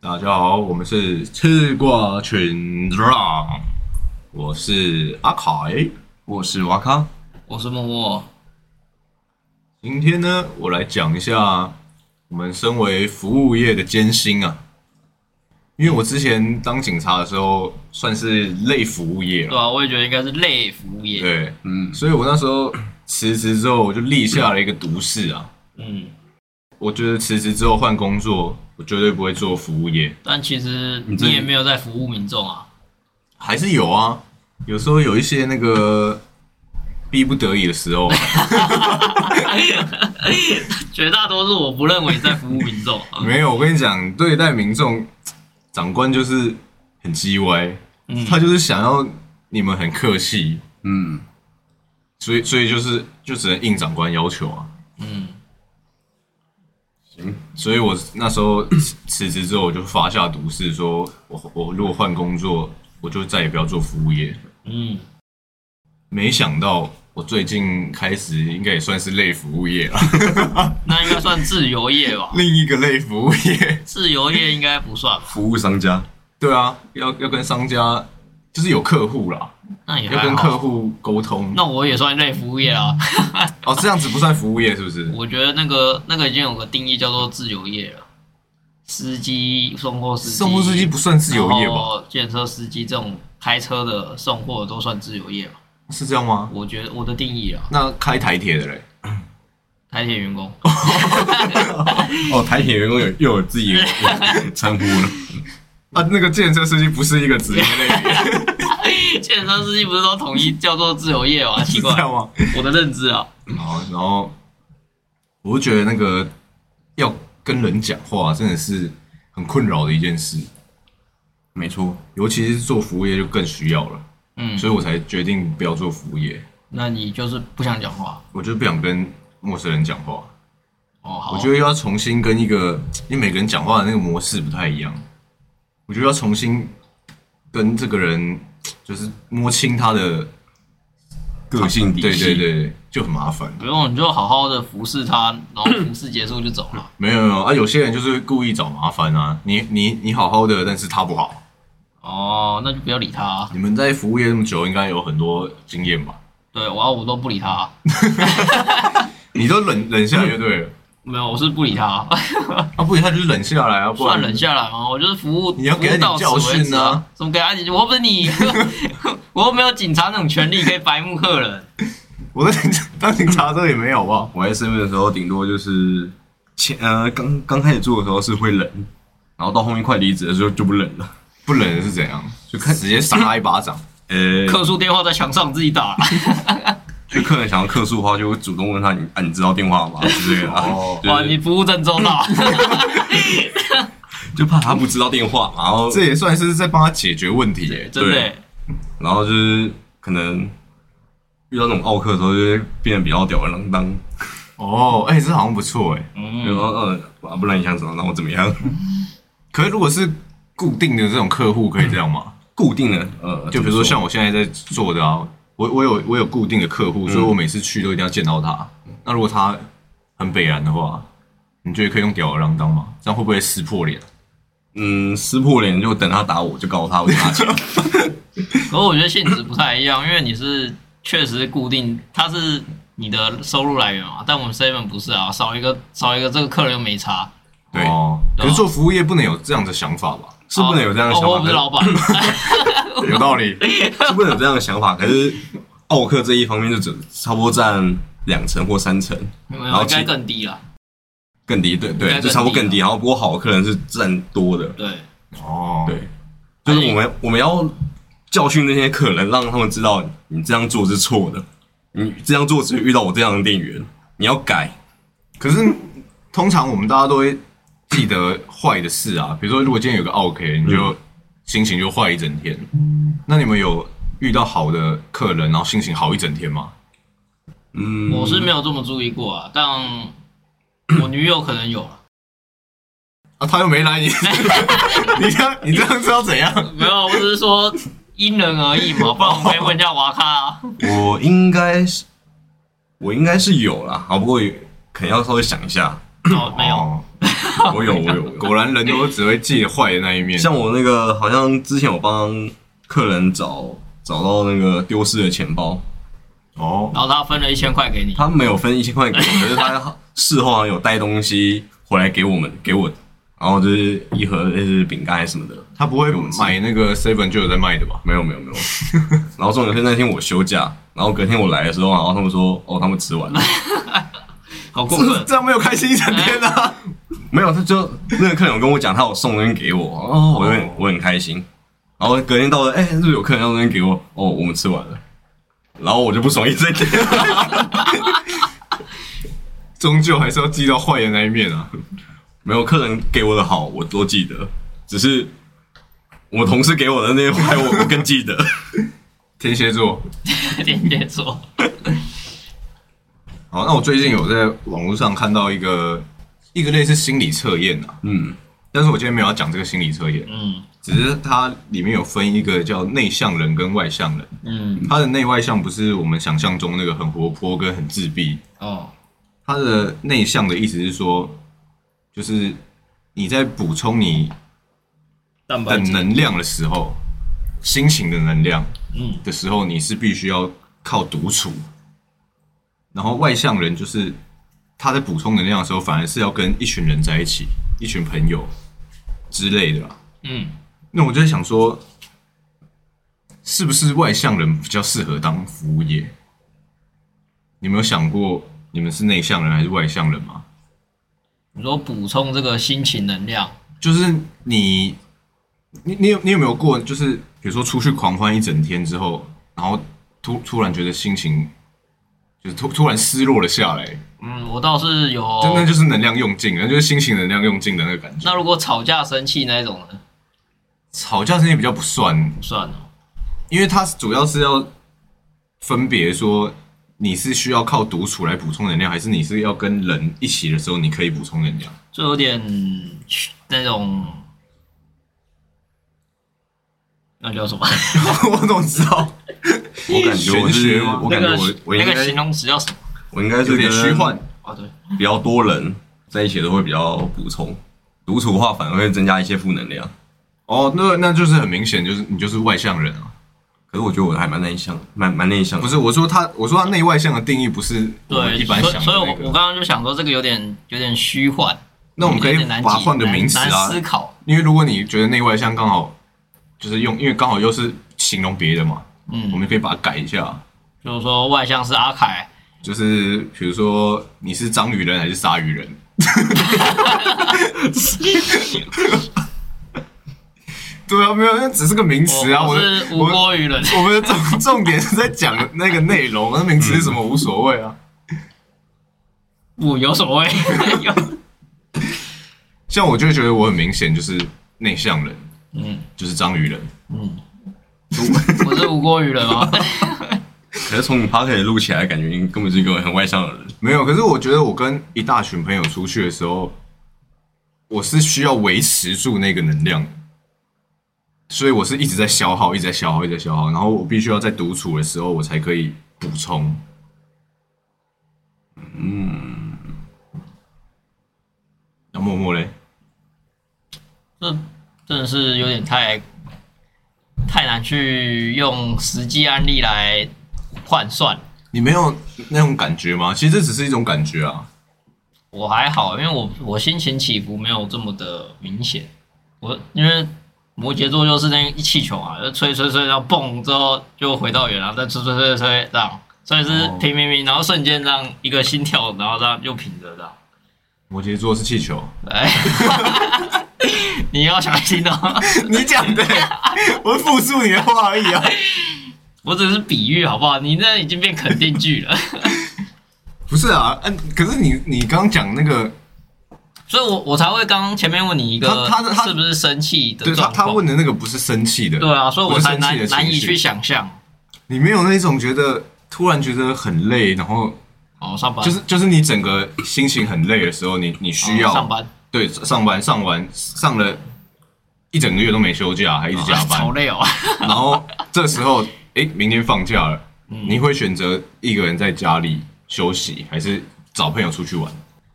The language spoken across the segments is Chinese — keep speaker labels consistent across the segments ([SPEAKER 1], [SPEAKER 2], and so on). [SPEAKER 1] 大家好，我们是吃瓜群众，我是阿凯。
[SPEAKER 2] 我是瓦康，
[SPEAKER 3] 我是默默，
[SPEAKER 1] 今天呢，我来讲一下我们身为服务业的艰辛啊。因为我之前当警察的时候，算是类服务业了，
[SPEAKER 3] 对吧、我也觉得应该是类服务业，
[SPEAKER 1] 对，嗯，所以我那时候辞职之后，我就立下了一个毒誓啊，
[SPEAKER 3] 嗯，
[SPEAKER 1] 我觉得辞职之后换工作，我绝对不会做服务业，
[SPEAKER 3] 但其实
[SPEAKER 2] 这
[SPEAKER 3] 你也没有在服务民众啊，
[SPEAKER 1] 还是有啊，有时候有一些那个逼不得已的时候 啊，
[SPEAKER 3] 绝大多数我不认为你在服务民众啊，
[SPEAKER 1] 没有，我跟你讲，对待民众，长官就是很叽歪，
[SPEAKER 3] 嗯
[SPEAKER 1] 他就是想要你们很客气，
[SPEAKER 2] 嗯，
[SPEAKER 1] 所以所以就是就只能应长官要求啊。
[SPEAKER 3] 嗯，
[SPEAKER 1] 所以我那时候辞辞职之后，我就发下毒誓，说我我如果换工作，我就再也不要做服务业。
[SPEAKER 3] 嗯，
[SPEAKER 1] 没想到我最近开始应该也算是类服务业 了，？
[SPEAKER 3] 那应该算自由业吧
[SPEAKER 1] 另一个类服务业。
[SPEAKER 3] 自由业应该不算吧？
[SPEAKER 2] 服务商家，
[SPEAKER 1] 对啊，要要跟商家就是有客户啦，
[SPEAKER 3] 那也
[SPEAKER 1] 要
[SPEAKER 3] 还
[SPEAKER 1] 跟客
[SPEAKER 3] 好。
[SPEAKER 1] 户沟通。
[SPEAKER 3] 那我也算类服务业啊，
[SPEAKER 1] 哦，这样子不算服务业是不是？
[SPEAKER 2] 嗯
[SPEAKER 3] 我觉得那个那个已经有个定义叫做自由业了，司机、送货司机、
[SPEAKER 1] 送货司机不算自由业
[SPEAKER 2] 哦
[SPEAKER 1] 吧？？
[SPEAKER 3] 建车司机这种开车的送货都算自由业吧？
[SPEAKER 1] 是这样吗？
[SPEAKER 3] 我觉得我的定义啊，
[SPEAKER 1] 那开台铁的嘞？
[SPEAKER 3] 台铁员工。
[SPEAKER 2] 哦，台铁员工有又有自 己的称呼了，
[SPEAKER 1] 啊，那个建车司机不是一个职业类 别，
[SPEAKER 3] 健身司机不是都统一叫做自由业 吗？奇
[SPEAKER 1] 是
[SPEAKER 3] 怪
[SPEAKER 1] 这，样吗？
[SPEAKER 3] 我的认知啊，
[SPEAKER 1] 好，然后我就觉得那个要跟人讲话真的是很困扰的一件事，
[SPEAKER 2] 没错，
[SPEAKER 1] 尤其是做服务业就更需要了，
[SPEAKER 3] 嗯，
[SPEAKER 1] 所以我才决定不要做服务业，
[SPEAKER 3] 那你就是不想讲话
[SPEAKER 1] 我就不想跟陌生人讲话，
[SPEAKER 3] 哦。好，
[SPEAKER 1] 我觉得要重新跟一个，因为每个人讲话的那个模式不太一样，我觉得要重新跟这个人就是摸清他的
[SPEAKER 2] 个性底
[SPEAKER 1] 对
[SPEAKER 2] 细，
[SPEAKER 1] 对对，对就很麻烦。
[SPEAKER 3] 不用，你就好好的服侍他，然后服侍结束就走了。
[SPEAKER 1] 没有没有啊，有些人就是故意找麻烦啊，你你你好好的，但是他不好。
[SPEAKER 3] 哦，那就不要理他、
[SPEAKER 1] 你们在服务业那么久，应该有很多经验吧？
[SPEAKER 3] 对，我啊要我都不理他、
[SPEAKER 1] 你都忍忍下来就对了，
[SPEAKER 3] 没有，我是不理他、
[SPEAKER 1] 啊，不然他就是忍下来啊，不然
[SPEAKER 3] 算忍下来吗？我就是服务，
[SPEAKER 1] 你要给他
[SPEAKER 3] 服务到
[SPEAKER 1] 点教训啊
[SPEAKER 3] 此为止啊！怎么给他点？我又不是你， 我又没有警察那种权利可以白目客人。
[SPEAKER 1] 我在当警察的时候也没有好不好？
[SPEAKER 2] 我在身边的时候，顶多就是前呃刚刚开始做的时候是会冷，然后到后面快离职的时候就不冷了，
[SPEAKER 1] 不忍是怎样？
[SPEAKER 2] 就看
[SPEAKER 1] 直接赏他一 巴掌。
[SPEAKER 2] 呃，
[SPEAKER 3] 客诉电话在墙上自己打，
[SPEAKER 2] 就客人想要客诉的话，就会主动问他你啊你知道电话吗之类的啊，
[SPEAKER 1] 哦
[SPEAKER 2] 就
[SPEAKER 3] 哇，
[SPEAKER 2] 是
[SPEAKER 3] 你服务真周 到。
[SPEAKER 2] 就怕他不知道电话，然后
[SPEAKER 1] 这也算是在帮他解决问题耶。
[SPEAKER 3] 真的欸、
[SPEAKER 2] 然后就是可能遇到那种傲客的时候，就会变得比较吊儿郎当，
[SPEAKER 1] 哦，哎、这好像不错哎。
[SPEAKER 2] 就说呃啊不然你想怎么样，那我怎么样？
[SPEAKER 1] 可是如果是固定的这种客户，可以这样吗？
[SPEAKER 2] 固定的，呃，
[SPEAKER 1] 就比如说像我现在在做的啊，我我有我有固定的客户，所以我每次去都一定要见到他。那如果他很北然的话，你觉得可以用吊儿郎当吗？这样会不会撕破脸？
[SPEAKER 2] 嗯，撕破脸就等他打我，就告他，我就 拿钱。
[SPEAKER 3] 可我觉得性质不太一样，因为你是确实固定，它是你的收入来源嘛。但我们 seven 不是啊，少一个少一个这个客人又没差，
[SPEAKER 2] 对
[SPEAKER 1] 哦，可是做服务业不能有这样的想法吧？
[SPEAKER 2] 是不能有这样的想
[SPEAKER 3] 哦、
[SPEAKER 2] 法，
[SPEAKER 3] 我不是老 板，
[SPEAKER 1] 有道理。
[SPEAKER 2] 可是是不能有这样的想法。可是奥克这一方面就只差不多占两成或三成，
[SPEAKER 3] 没
[SPEAKER 2] 然
[SPEAKER 3] 有
[SPEAKER 2] 后
[SPEAKER 3] 应该
[SPEAKER 2] 其
[SPEAKER 3] 更低了。
[SPEAKER 2] 更低，对
[SPEAKER 3] 应
[SPEAKER 2] 对，
[SPEAKER 3] 该
[SPEAKER 2] 就差不多
[SPEAKER 3] 更低
[SPEAKER 2] 更低。然后不过好的客人是占多的，
[SPEAKER 3] 对，
[SPEAKER 1] 哦，
[SPEAKER 2] 对，就是
[SPEAKER 3] 哎
[SPEAKER 2] 我们我们要教训那些客人，让他们知道你这样做是错的，你这样做只会遇到我这样的店员，你要改。
[SPEAKER 1] 可是通常我们大家都会记得坏的事啊，比如说如果今天有个 OK，你就、心情就坏一整天。那你们有遇到好的客人，然后心情好一整天吗？
[SPEAKER 2] 嗯，
[SPEAKER 3] 我是没有这么注意过啊，但我女友可能有啊。
[SPEAKER 1] 啊，他又没 来，你你这样你这样知道怎样？
[SPEAKER 3] 没有，我只是说因人而异嘛，不然我可以问一下娃咖啊。
[SPEAKER 2] 我应该是，我应该是有啦，好，不过也可能要稍微想一下。
[SPEAKER 3] 哦，没有，
[SPEAKER 1] 哦，
[SPEAKER 2] 我有，我有，我有。
[SPEAKER 1] 果然人都只会记得坏的那一面。
[SPEAKER 2] 像我那个，好像之前我帮客人找找到那个丢失的钱包，
[SPEAKER 1] 哦，
[SPEAKER 3] 然后他分了一千块给你，
[SPEAKER 2] 他没有分一千块给我，可是他事后好像有带东西回来给我们，给我，然后就是一盒类似饼干还是什么的，
[SPEAKER 1] 他不会买那个 Seven 就有在卖的吧？。
[SPEAKER 2] 没有没有没有。然后重点是那天我休假，然后隔天我来的时候，然后他们说哦他们吃完了，
[SPEAKER 3] 好过分哎
[SPEAKER 1] 这样没有开心一整天啊！
[SPEAKER 2] 没有，他就那个客人有跟我讲他有送东西给我，哦我很我很开心。然后隔天到了，哎、是不是有客人要东西给我？哦我们吃完了，然后我就不爽一整天。
[SPEAKER 1] 终究还是要记到坏的那一面啊。
[SPEAKER 2] 没有客人给我的好，我都记得，只是我同事给我的那些坏，我我更记得。
[SPEAKER 1] 天蝎座，
[SPEAKER 3] 天蝎座，
[SPEAKER 1] 好，哦那我最近有在网络上看到一个一个类似心理测验啊，
[SPEAKER 2] 嗯，
[SPEAKER 1] 但是我今天没有要讲这个心理测验，
[SPEAKER 3] 嗯
[SPEAKER 1] 只是它里面有分一个叫内向人跟外向人，
[SPEAKER 3] 嗯
[SPEAKER 1] 他的内外向不是我们想象中那个很活泼跟很自闭，
[SPEAKER 3] 哦
[SPEAKER 1] 他的内向的意思是说，就是你在补充你
[SPEAKER 3] 蛋
[SPEAKER 1] 的
[SPEAKER 3] 白质，
[SPEAKER 1] 能量的时候，心情的能量
[SPEAKER 3] 嗯
[SPEAKER 1] 的时候，你是必须要靠独处。然后外向人就是他在补充能量的时候，反而是要跟一群人在一起，一群朋友之类的啦。
[SPEAKER 3] 嗯，
[SPEAKER 1] 那我就在想说，是不是外向人比较适合当服务业？你们有想过你们是内向人还是外向人吗？
[SPEAKER 3] 你说补充这个心情能量，
[SPEAKER 1] 就是你，你你有你有没有过，就是比如说出去狂欢一整天之后，然后突突然觉得心情就是突突然失落了下来，
[SPEAKER 3] 嗯，我倒是有。
[SPEAKER 2] 哦
[SPEAKER 1] 真的就是能量用尽，那就是心情能量用尽的那个感觉。
[SPEAKER 3] 那如果吵架生气那一种呢？
[SPEAKER 1] 吵架这些比较不算，
[SPEAKER 3] 不算了，
[SPEAKER 1] 因为它主要是要分别说你是需要靠独处来补充能量，还是你是要跟人一起的时候你可以补充能 量。
[SPEAKER 3] 就有点那种，那叫什么？
[SPEAKER 1] 我怎么知道？
[SPEAKER 2] 我感觉我
[SPEAKER 1] 玄
[SPEAKER 2] 是
[SPEAKER 1] 学吗，
[SPEAKER 2] 我
[SPEAKER 3] 那
[SPEAKER 2] 感
[SPEAKER 3] 个
[SPEAKER 2] 觉我我应
[SPEAKER 3] 那个形
[SPEAKER 2] 该
[SPEAKER 3] 容词叫什么？
[SPEAKER 2] 我应该是
[SPEAKER 1] 有点
[SPEAKER 2] 跟
[SPEAKER 1] 虚幻，
[SPEAKER 3] 啊，对，
[SPEAKER 2] 比较多人在一起都会比较补充，独处的话反而会增加一些负能量。
[SPEAKER 1] 哦，那那就是很明显，就是你就是外向人啊。
[SPEAKER 2] 可是我觉得我还蛮内向，蛮蛮内向的。
[SPEAKER 1] 不是，我说他，我说他内外向的定义不是我们
[SPEAKER 3] 对，
[SPEAKER 1] 一般
[SPEAKER 3] 所
[SPEAKER 1] 想
[SPEAKER 3] 以
[SPEAKER 1] 的
[SPEAKER 3] 所以我
[SPEAKER 1] 那
[SPEAKER 3] 我
[SPEAKER 1] 个。
[SPEAKER 3] 刚刚就想说这个有点有点虚幻，
[SPEAKER 1] 那我们可以
[SPEAKER 3] 有点难
[SPEAKER 1] 把它
[SPEAKER 3] 记
[SPEAKER 1] 换个名词
[SPEAKER 3] 难
[SPEAKER 1] 啊
[SPEAKER 3] 难，思考，
[SPEAKER 1] 因为如果你觉得内外向刚好就是用，因为刚好又是形容别的嘛，我
[SPEAKER 3] 嗯，
[SPEAKER 1] 们可以把它改一下，
[SPEAKER 3] 就是说外向是阿凯，
[SPEAKER 1] 就是比如说你是章鱼人还是鲨鱼人？ 对啊，没有，那只是个名词啊。
[SPEAKER 3] 我
[SPEAKER 1] 我
[SPEAKER 3] 我
[SPEAKER 1] 的
[SPEAKER 3] 是
[SPEAKER 1] 我
[SPEAKER 3] 无波鱼 人，
[SPEAKER 1] 我们的重重点是在讲那个内容，那名词是什么无所谓啊。
[SPEAKER 3] 不有所谓， 有
[SPEAKER 1] 像我就觉得我很明显就是内向人，
[SPEAKER 3] 嗯
[SPEAKER 1] 就是章鱼人。
[SPEAKER 3] 嗯，我是无波鱼人哦，
[SPEAKER 2] 可是从你 p o c a s t 录起来，感觉你根本是一个很外向的人。
[SPEAKER 1] 没有，可是我觉得我跟一大群朋友出去的时候，我是需要维持住那个能量，所以我是一直在消耗，一直在消耗，一直在消耗，然后我必须要在独处的时候，我才可以补充。
[SPEAKER 2] 嗯，
[SPEAKER 1] 那默默嘞，
[SPEAKER 3] 这真的是有点太太难去用实际案例来换算。
[SPEAKER 1] 你没有那种感觉吗？其实这只是一种感觉啊。
[SPEAKER 3] 我还好，因为我我心情起伏没有这么的明显。我因为摩羯座就是那一气球啊，就吹吹吹，然后蹦之后就回到原来，然后再吹吹吹吹这样，所以是
[SPEAKER 1] 哦
[SPEAKER 3] 平平平，然后瞬间这样一个心跳，然后这样就平着这样。
[SPEAKER 1] 摩羯座是气球，
[SPEAKER 3] 哎， 你要小心哦！
[SPEAKER 1] 你讲 的，我复述你的话而已啊。
[SPEAKER 3] 我只是比喻好不好？你那已经变肯定句了，
[SPEAKER 1] 不是啊，嗯，可是你你刚刚讲那个，
[SPEAKER 3] 所以我我才会刚刚前面问你一个，
[SPEAKER 1] 他他他
[SPEAKER 3] 是不是生气的
[SPEAKER 1] 对他
[SPEAKER 3] 状况？
[SPEAKER 1] 他问的那个不是生气的，
[SPEAKER 3] 对啊，所以我
[SPEAKER 1] 不是
[SPEAKER 3] 才
[SPEAKER 1] 生气
[SPEAKER 3] 难
[SPEAKER 1] 的情
[SPEAKER 3] 难以
[SPEAKER 1] 绪
[SPEAKER 3] 去想象。
[SPEAKER 1] 你没有那种觉得突然觉得很累，然后
[SPEAKER 3] 哦，上班
[SPEAKER 1] 就是就是你整个心情很累的时候，你你需要、
[SPEAKER 3] 哦上班。
[SPEAKER 1] 对上班上完上了一整个月都没休假，还一直加班
[SPEAKER 3] 好，累哦。
[SPEAKER 1] 然后这时候诶，明天放假了，你会选择一个人在家里休息，还是找朋友出去玩？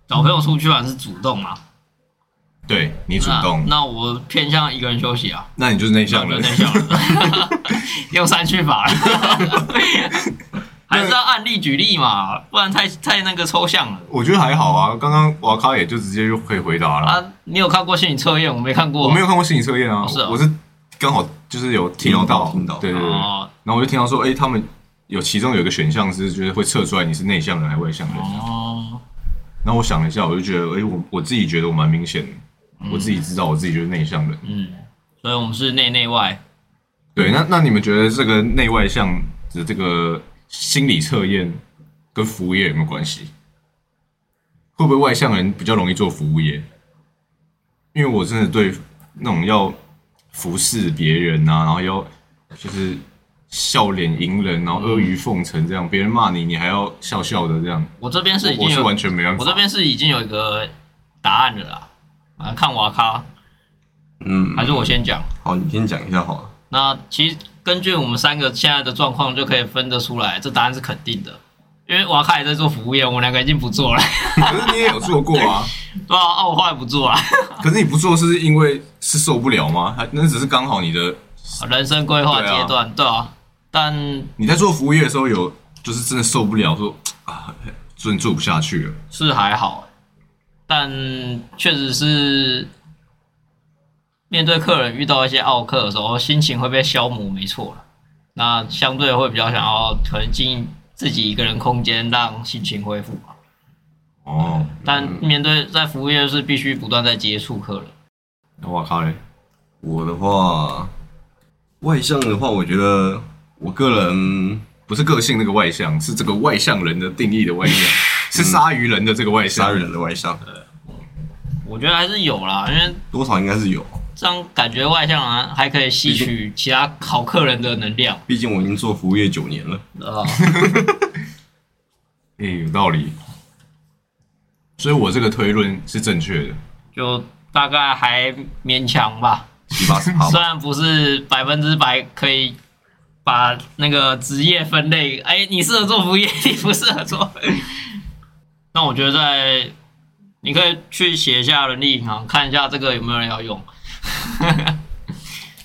[SPEAKER 3] 找朋友出去玩是主动嘛？
[SPEAKER 1] 对你主
[SPEAKER 3] 那
[SPEAKER 1] 动，
[SPEAKER 3] 那我偏向一个人休息啊，
[SPEAKER 1] 那你就是内向
[SPEAKER 3] 就
[SPEAKER 1] 人
[SPEAKER 3] 内。向了， 用删去法 了，还是要案例举例嘛，不然太太那个抽象了。
[SPEAKER 1] 我觉得还好啊，刚刚瓦卡也就直接就可以回答了。
[SPEAKER 3] 啊，你有看过心理测验？我没看过，
[SPEAKER 1] 我没有看过心理测验啊
[SPEAKER 3] 哦是啊，
[SPEAKER 1] 我是刚好就是有听到，
[SPEAKER 2] 听到
[SPEAKER 1] 对对对，
[SPEAKER 3] 哦
[SPEAKER 1] 然后我就听到说，哎，他们有其中有一个选项是就是会测出来你是内向人还是外向人。
[SPEAKER 3] 哦，
[SPEAKER 1] 然后我想了一下，我就觉得，哎，我我自己觉得我蛮明显的，我自己知道我自己就是内向人。
[SPEAKER 3] 嗯，所以我们是内内外，
[SPEAKER 1] 对，那那你们觉得这个内外向的这个心理测验跟服务业有没有关系？会不会外向人比较容易做服务业？因为我真的对那种要服侍别人啊，然后要就是笑脸迎人，然后阿谀奉承这样，别人骂你你还要笑笑的这样，
[SPEAKER 3] 我这边是
[SPEAKER 1] 我
[SPEAKER 3] 已经
[SPEAKER 1] 我是
[SPEAKER 3] 有，
[SPEAKER 1] 完全没办
[SPEAKER 3] 我这
[SPEAKER 1] 法。
[SPEAKER 3] 边是已经有一个答案了啦。啊，看瓦咖，
[SPEAKER 2] 嗯，
[SPEAKER 3] 还是我先讲。
[SPEAKER 2] 好，你先讲一下好了。
[SPEAKER 3] 那其实根据我们三个现在的状况，就可以分得出来，这答案是肯定的。因为瓦卡也在做服务业，我们两个已经不做了，
[SPEAKER 1] 可是你也有做过啊，
[SPEAKER 3] 对啊，啊我后来不做了，
[SPEAKER 1] 可是你不做是因为是受不了吗？还那只是刚好你的
[SPEAKER 3] 人生规划阶段，对啊。但
[SPEAKER 1] 你在做服务业的时候有，就是真的受不了，说啊，真的做不下去了。
[SPEAKER 3] 是还好，但确实是面对客人遇到一些奥客的时候，心情会被消磨，没错了。那相对会比较想要可能经营自己一个人空间，让心情恢复吧。
[SPEAKER 1] 哦，
[SPEAKER 3] 但面对在服务业是必须不断在接触客人，
[SPEAKER 1] 那我靠嘞，
[SPEAKER 2] 我的话，外向的话，我觉得我个人
[SPEAKER 1] 不是个性那个外向，是这个外向人的定义的外向，是嗯鲨鱼人的这个外向。
[SPEAKER 2] 杀人的外向
[SPEAKER 3] 我觉得还是有啦，因为
[SPEAKER 2] 多少应该是有，
[SPEAKER 3] 这样感觉外向啊，还可以吸取其他好客人的能量，
[SPEAKER 2] 毕竟我已经做服务业九年了。
[SPEAKER 3] 啊，
[SPEAKER 1] 诶、有道理。所以我这个推论是正确的。
[SPEAKER 3] 就大概还勉强吧。
[SPEAKER 2] 七八十趴
[SPEAKER 3] 虽
[SPEAKER 2] 吧。
[SPEAKER 3] 然不是百分之百可以把那个职业分类，哎、你适合做服务业，你不适合做。 那我觉得在你可以去写一下人力银行，看一下这个有没有人要用。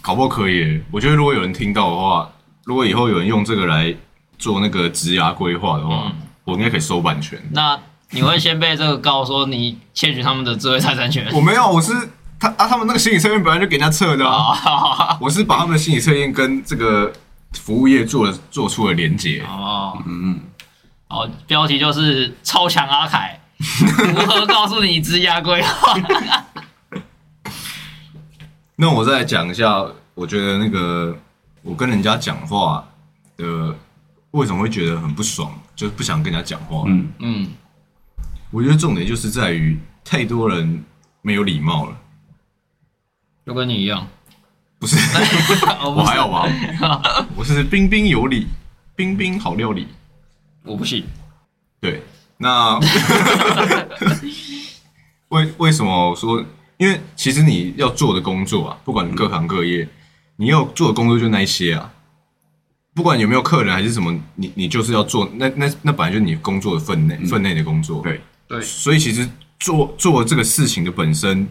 [SPEAKER 1] 搞不好可以耶。我觉得如果有人听到的话，如果以后有人用这个来做那个职涯规划的话，我应该可以收版权。
[SPEAKER 3] 那你会先被这个告说你窃取他们的智慧财产 权。
[SPEAKER 1] 我没有，我是他啊，他们那个心理测验本来就给人家测的啊。
[SPEAKER 3] 好好好好
[SPEAKER 1] 我是把他们的心理测验跟这个服务业做了做出了连结。
[SPEAKER 3] 哦，
[SPEAKER 2] 嗯，
[SPEAKER 3] 好，哦标题就是超强阿凯 如何告诉你职业规划。
[SPEAKER 1] 那我再讲一下，我觉得那个我跟人家讲话的为什么会觉得很不爽，就是不想跟人家讲话。
[SPEAKER 2] 嗯，
[SPEAKER 3] 嗯，
[SPEAKER 1] 我觉得重点就是在于太多人没有礼貌了，
[SPEAKER 3] 就跟你一样，
[SPEAKER 1] 不是？我
[SPEAKER 3] 我
[SPEAKER 1] 还好吧？我是彬彬有礼，彬彬好料理。
[SPEAKER 3] 我不信。
[SPEAKER 1] 对，那为 为什么我说？因为其实你要做的工作啊，不管各行各业，你要做的工作就那一些啊，不管有没有客人还是什么，你你就是要做那那那本来就是你工作的分内、分内的工作。
[SPEAKER 2] 对
[SPEAKER 3] 对
[SPEAKER 1] 所以其实做做这个事情的本身，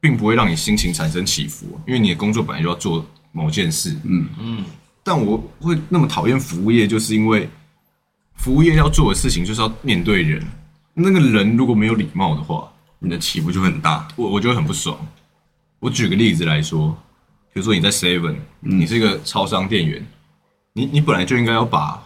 [SPEAKER 1] 并不会让你心情产生起伏，因为你的工作本来就要做某件事。
[SPEAKER 3] 嗯。
[SPEAKER 1] 但我会那么讨厌服务业，就是因为服务业要做的事情就是要面对人，那个人如果没有礼貌的话，
[SPEAKER 2] 你的起步就很大。
[SPEAKER 1] 我我就会很不爽。我举个例子来说，比如说你在 Seven，、你是一个超商店员，你你本来就应该要把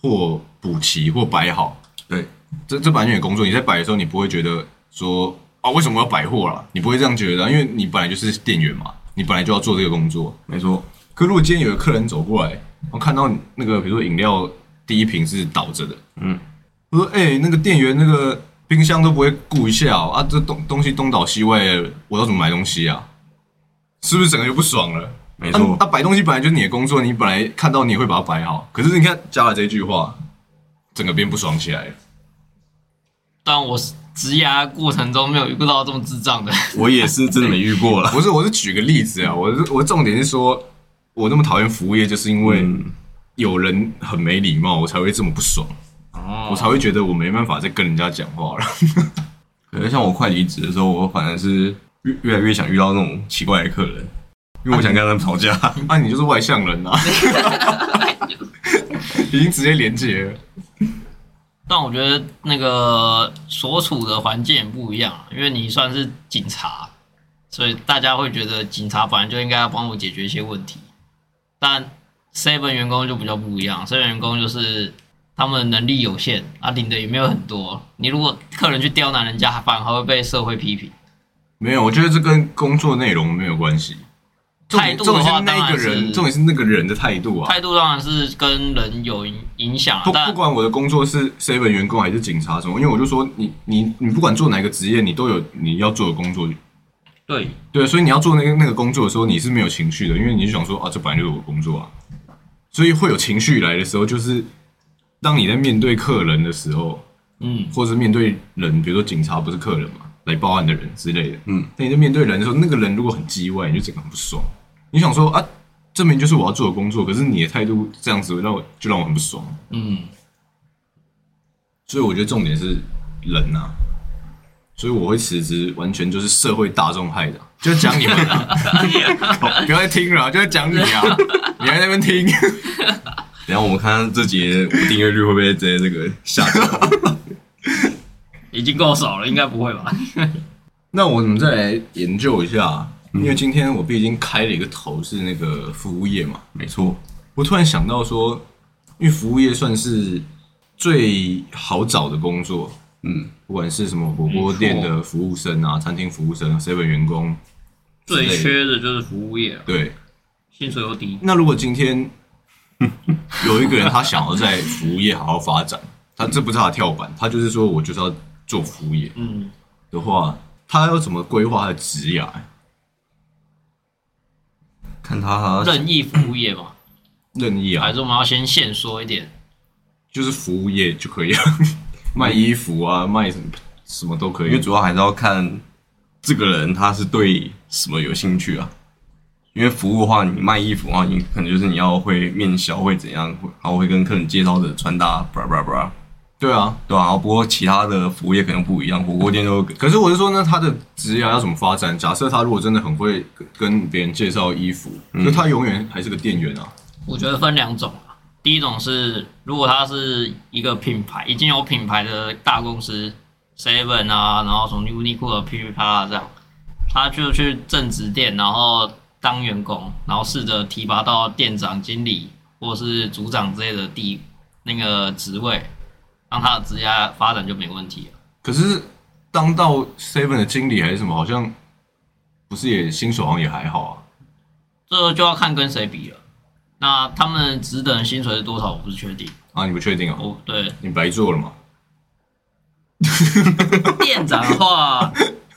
[SPEAKER 1] 货补齐或摆好，
[SPEAKER 2] 对，
[SPEAKER 1] 这这本来就你的工作，你在摆的时候，你不会觉得说啊为什么要摆货啦？你不会这样觉得啊、因为你本来就是店员嘛，你本来就要做这个工作。
[SPEAKER 2] 没错。
[SPEAKER 1] 可如果今天有个客人走过来，然后看到那个比如说饮料第一瓶是倒着的，
[SPEAKER 2] 嗯，
[SPEAKER 1] 我说哎、那个店员那个冰箱都不会顾一下哦，啊，这东东西东倒西歪的，我要怎么买东西啊？是不是整个就不爽了？
[SPEAKER 2] 没
[SPEAKER 1] 没
[SPEAKER 2] 错
[SPEAKER 1] 啊，摆东西本来就是你的工作，你本来看到你也会把它摆好，可是你看加了这句话，整个变不爽起来了。
[SPEAKER 3] 但我职涯过程中没有遇到这么智障的。
[SPEAKER 2] 我也是真的没遇过了。
[SPEAKER 1] 不 是，我是举个例子啊，我是我重点是说，我那么讨厌服务业，就是因为
[SPEAKER 2] 嗯
[SPEAKER 1] 有人很没礼貌，我才会这么不爽。
[SPEAKER 3] 哦
[SPEAKER 1] 我才会觉得我没办法再跟人家讲话了。
[SPEAKER 2] 可是像我快离职的时候，我反而是越越来越想遇到那种奇怪的客人，因为我想跟他们吵架。
[SPEAKER 1] 啊，你就是外向人啊， 已经直接连接了。
[SPEAKER 3] 但我觉得那个所处的环境也不一样啊，因为你算是警察，所以大家会觉得警察本来就应该要帮我解决一些问题。但 seven 员工就比较不一样，seven 员工就是他们能力有限啊，领的也没有很多。你如果客人去刁难人家，反而还会被社会批评。
[SPEAKER 1] 没有，我觉得这跟工作内容没有关系。重点
[SPEAKER 3] 态度的话
[SPEAKER 1] 重点是那个
[SPEAKER 3] 当然
[SPEAKER 1] 人，
[SPEAKER 3] 是
[SPEAKER 1] 重点是那个人的态度啊。
[SPEAKER 3] 态度当然是跟人有影影响啊，
[SPEAKER 1] 不不
[SPEAKER 3] 但
[SPEAKER 1] 管我的工作是 seven 员工还是警察什么，因为我就说你你你不管做哪个职业，你都有你要做的工作。
[SPEAKER 3] 对
[SPEAKER 1] 对，所以你要做那个那个工作的时候，你是没有情绪的，因为你就想说啊，这本来就是我的工作啊。所以会有情绪来的时候，就是当你在面对客人的时候，
[SPEAKER 3] 嗯，
[SPEAKER 1] 或是面对人，比如说警察不是客人嘛，来报案的人之类的，
[SPEAKER 2] 嗯，
[SPEAKER 1] 那你在面对人的时候，那个人如果很叽歪，你就整个很不爽。你想说啊，证明就是我要做的工作，可是你的态度这样子，让我就让我很不爽。
[SPEAKER 3] 嗯，
[SPEAKER 1] 所以我觉得重点是人呐、所以我会辞职，完全就是社会大众害的，就讲你们啊，靠不要再听了，就在讲你啊，你还在那边听，
[SPEAKER 2] 然后我们看看这节订阅率会不会直接这个下降。
[SPEAKER 3] 已经够少了，应该不会吧？
[SPEAKER 1] 那我们再来研究一下，因为今天我毕竟开了一个头是那个服务业嘛，
[SPEAKER 2] 没错，
[SPEAKER 1] 我突然想到说，因为服务业算是最好找的工作，
[SPEAKER 2] 嗯，
[SPEAKER 1] 不管是什么火锅店的服务生啊、餐厅服务生、seven 员工，
[SPEAKER 3] 最
[SPEAKER 1] 之类的
[SPEAKER 3] 缺的就是服务业了，
[SPEAKER 1] 对。
[SPEAKER 3] 薪水又低，
[SPEAKER 1] 那如果今天有一个人他想要在服务业好好发展， 他这不是他的跳板，他就是说我就是要做服务业
[SPEAKER 3] 嗯。
[SPEAKER 1] 的话，他要怎么规划他的职涯？
[SPEAKER 2] 看他
[SPEAKER 3] 任意服务业嘛，
[SPEAKER 1] 任意啊
[SPEAKER 3] 还，是我们要先现说一点？
[SPEAKER 1] 就是服务业就可以了，卖衣服啊，卖什么什么都可
[SPEAKER 2] 因为
[SPEAKER 1] 以。
[SPEAKER 2] 主要还是要看这个人他是对什么有兴趣啊。因为服务的话，你卖衣服的话，你可能就是你要会面销，会怎样，会然后会跟客人介绍的穿搭，布拉布拉布拉，
[SPEAKER 1] 对啊，
[SPEAKER 2] 对吧、然后不过其他的服务业可能不一样，火锅店都
[SPEAKER 1] 可是我是说呢，他的职业要怎么发展？假设他如果真的很会跟别人介绍衣服，就他永远还是个店员啊。
[SPEAKER 3] 我觉得分两种啊。第一种是，如果它是一个品牌，已经有品牌的大公司，Seven 啊，然后什么 Uniqlo、噼里啪啦这样，他就去正职店，然后当员工，然后试着提拔到店长、经理或是组长之类的地那个职位，让他的职业发展就没问题了。
[SPEAKER 1] 可是当到 Seven 的经理还是什么，好像不是也新手好像也还好啊。
[SPEAKER 3] 这就要看跟谁比了。那他们职等薪水是多少，我不是确定。
[SPEAKER 1] 啊，你不确定啊？
[SPEAKER 3] 哦，对，
[SPEAKER 1] 你白做了嘛？
[SPEAKER 3] 店长的话，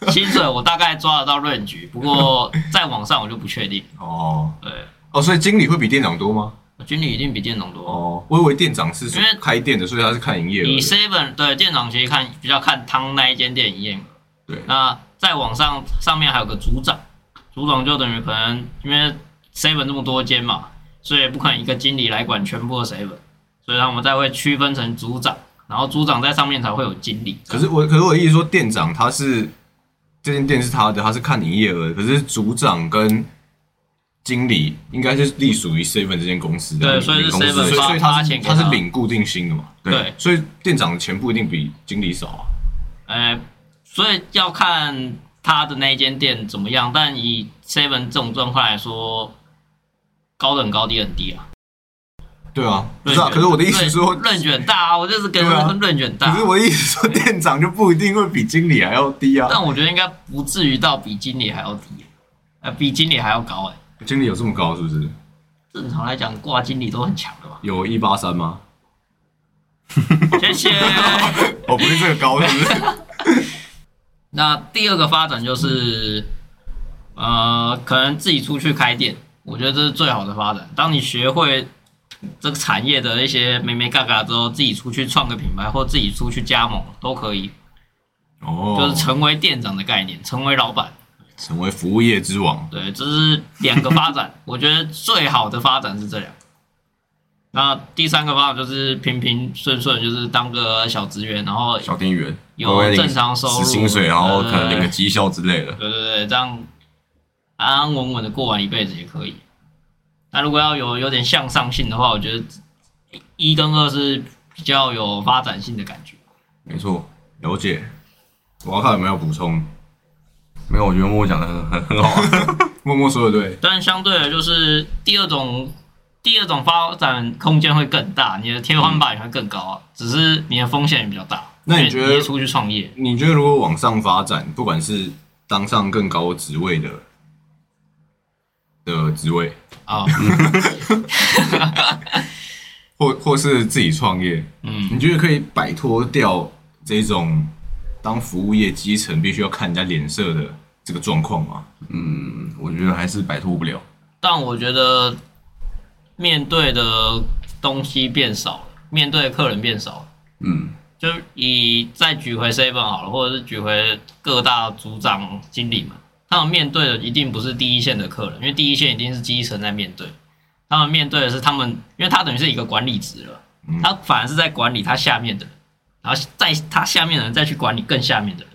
[SPEAKER 3] 薪水我大概抓得到 range，不过再往上我就不确定。
[SPEAKER 1] 哦
[SPEAKER 3] 对，
[SPEAKER 1] 哦，所以经理会比店长多吗？
[SPEAKER 3] 经理一定比店长多。
[SPEAKER 1] 哦，我以为店长是
[SPEAKER 3] 因为
[SPEAKER 1] 开店的，所以他是看营业额
[SPEAKER 3] 以
[SPEAKER 1] 的。
[SPEAKER 3] seven 对店长其实看比较看汤那一间店营业额。
[SPEAKER 1] 对
[SPEAKER 3] 那再往上上面还有个组长，组长就等于可能因为 seven 这么多间嘛，所以不可能一个经理来管全部的 seven，所以他们再会区分成组长，然后组长在上面才会有经理。
[SPEAKER 1] 可是我，可是我的意思说，店长他是这间店是他的，他是看营业额的。可是组长跟经理应该是隶属于 Seven 这间公司的，
[SPEAKER 3] 对，所以是
[SPEAKER 2] 员工是
[SPEAKER 1] 所以
[SPEAKER 3] seven
[SPEAKER 1] 所
[SPEAKER 3] 发
[SPEAKER 1] 以
[SPEAKER 3] 发
[SPEAKER 1] 他
[SPEAKER 3] 钱
[SPEAKER 1] 是
[SPEAKER 3] 给
[SPEAKER 1] 他是领固定薪的嘛，
[SPEAKER 3] 对，
[SPEAKER 1] 所以店长的钱不一定比经理少啊。
[SPEAKER 3] 呃，所以要看他的那一间店怎么样，但以 Seven 这种状况来说，高的很高，低的很低啊。
[SPEAKER 1] 对啊，不是啊，可是我的意思是说，
[SPEAKER 3] 润卷大啊，我就是跟
[SPEAKER 1] 对啊
[SPEAKER 3] 润卷大、
[SPEAKER 1] 可是我的意思是说，店长就不一定会比经理还要低啊。
[SPEAKER 3] 但我觉得应该不至于到比经理还要低，呃，比经理还要高哎、
[SPEAKER 1] 经理有这么高是不是？？
[SPEAKER 3] 正常来讲，挂经理都很强的吧
[SPEAKER 1] 有一八三吗？
[SPEAKER 3] 谢谢。
[SPEAKER 1] 哦，不是这个高是不是？
[SPEAKER 3] 那第二个发展就是，呃，可能自己出去开店，我觉得这是最好的发展。当你学会这个产业的一些美美嘎嘎之后，自己出去创个品牌，或自己出去加盟都可以，
[SPEAKER 1] 哦，
[SPEAKER 3] 就是成为店长的概念，成为老板。
[SPEAKER 1] 成为服务业之王。
[SPEAKER 3] 对，这是两个发展，我觉得最好的发展是这两个。那第三个方法就是平平顺顺，就是当个小职员，然后
[SPEAKER 2] 小店员
[SPEAKER 3] 有
[SPEAKER 2] 我会领
[SPEAKER 3] 正常收入
[SPEAKER 2] 死薪水，然后可能领个
[SPEAKER 3] 对
[SPEAKER 2] 绩效之类的。
[SPEAKER 3] 对对对，这样安安稳稳的过完一辈子也可以。那如果要有有点向上性的话，我觉得一一跟二是比较有发展性的感觉。
[SPEAKER 2] 没错，
[SPEAKER 1] 了解。我要看有没有补充。
[SPEAKER 2] 没有，我觉得默默讲的很很很好啊。
[SPEAKER 1] 默默说的对，
[SPEAKER 3] 但相对的，就是第二种，第二种发展空间会更大，你的天花板也会更高啊，只是你的风险也比较大。
[SPEAKER 1] 嗯那你
[SPEAKER 3] 因为
[SPEAKER 1] 觉得
[SPEAKER 3] 也出去创业，
[SPEAKER 1] 你觉得如果往上发展，不管是当上更高职位的的职位，
[SPEAKER 3] 啊、
[SPEAKER 1] 或或是自己创业，
[SPEAKER 3] 嗯，
[SPEAKER 1] 你觉得可以摆脱掉这种当服务业基层必须要看人家脸色的这个状况吗？
[SPEAKER 2] 嗯，我觉得还是摆脱不了。
[SPEAKER 3] 但我觉得面对的东西变少了，面对的客人变少了。
[SPEAKER 2] 嗯，
[SPEAKER 3] 就以再举回 seven 好了，或者是举回各大组长经理们，他们面对的一定不是第一线的客人，因为第一线一定是基层在面对，他们面对的是他们，因为他等于是一个管理职了，他反而是在管理他下面的人，然后在他下面的人再去管理更下面的人，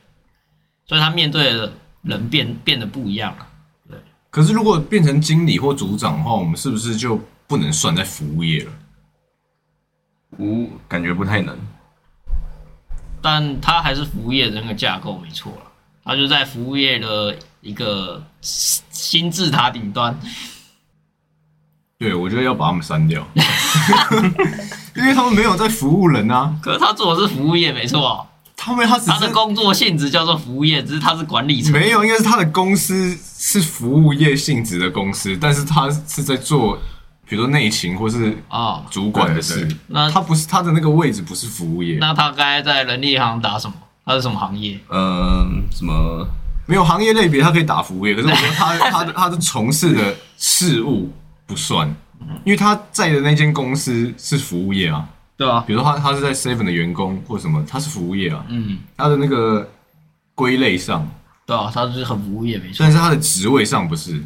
[SPEAKER 3] 所以他面对的人变变得不一样了。
[SPEAKER 1] 可是如果变成经理或组长的话，我们是不是就不能算在服务业了？
[SPEAKER 2] 我感觉不太能。
[SPEAKER 3] 但它还是服务业的那个架构没错了，它就在服务业的一个金字塔顶端。
[SPEAKER 1] 对，我觉得要把他们删掉， 因为他们没有在服务人啊，
[SPEAKER 3] 可是他做的是服务业，没错啊，
[SPEAKER 1] 他们他只
[SPEAKER 3] 他的
[SPEAKER 1] 是
[SPEAKER 3] 工作性质叫做服务业，只是他是管理层。
[SPEAKER 1] 没有，应该是他的公司是服务业性质的公司，但是他是在做比如说内勤或是
[SPEAKER 3] 啊、
[SPEAKER 1] 主管的
[SPEAKER 2] 对
[SPEAKER 1] 事
[SPEAKER 2] 对，
[SPEAKER 3] 那
[SPEAKER 1] 他不是他的那个位置不是服务业，
[SPEAKER 3] 那他该在人力银行打什么？他是什么行业？
[SPEAKER 2] 嗯，什么？
[SPEAKER 1] 没有行业类别，他可以打服务业，可是我觉得他他的他的从事的事务不算，因为他在的那间公司是服务业啊，
[SPEAKER 3] 对啊，
[SPEAKER 1] 比如说他他是在 Seven 的员工或什么，他是服务业啊，
[SPEAKER 3] 嗯，
[SPEAKER 1] 他的那个归类上，
[SPEAKER 3] 对啊，他就是很服务业，没错。
[SPEAKER 1] 但是他的职位上不是，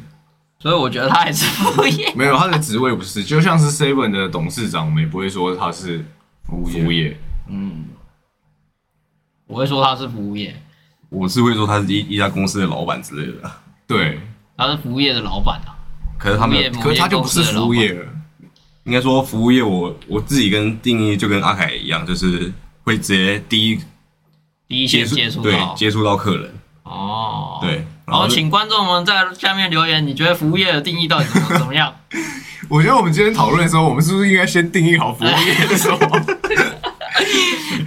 [SPEAKER 3] 所以我觉得他还是服务业。
[SPEAKER 1] 没有他的职位不是，就像是 Seven 的董事长，我们也不会说他是
[SPEAKER 2] 服
[SPEAKER 1] 服务业，
[SPEAKER 3] 嗯，我会说他是服务业，
[SPEAKER 2] 我是会说他是一一家公司的老板之类的啊，
[SPEAKER 1] 对，
[SPEAKER 3] 他是服务业的老板啊。
[SPEAKER 2] 可是他们
[SPEAKER 3] 服务业吗
[SPEAKER 1] 可是他就不是服务业了，
[SPEAKER 2] 应该说服务业我，我自己跟定义就跟阿凯一样，就是会直接第一
[SPEAKER 3] 第一
[SPEAKER 2] 接
[SPEAKER 3] 线
[SPEAKER 2] 触
[SPEAKER 3] 接触
[SPEAKER 2] 对
[SPEAKER 3] 到
[SPEAKER 2] 接触到客人，
[SPEAKER 3] 哦，。
[SPEAKER 2] 对，然
[SPEAKER 3] 然
[SPEAKER 2] 后
[SPEAKER 3] 后
[SPEAKER 2] 就
[SPEAKER 3] 请观众们在下面留言，你觉得服务业的定义到底怎么 怎么样？
[SPEAKER 1] 我觉得我们今天讨论的时候，我们是不是应该先定义好服务业的时候？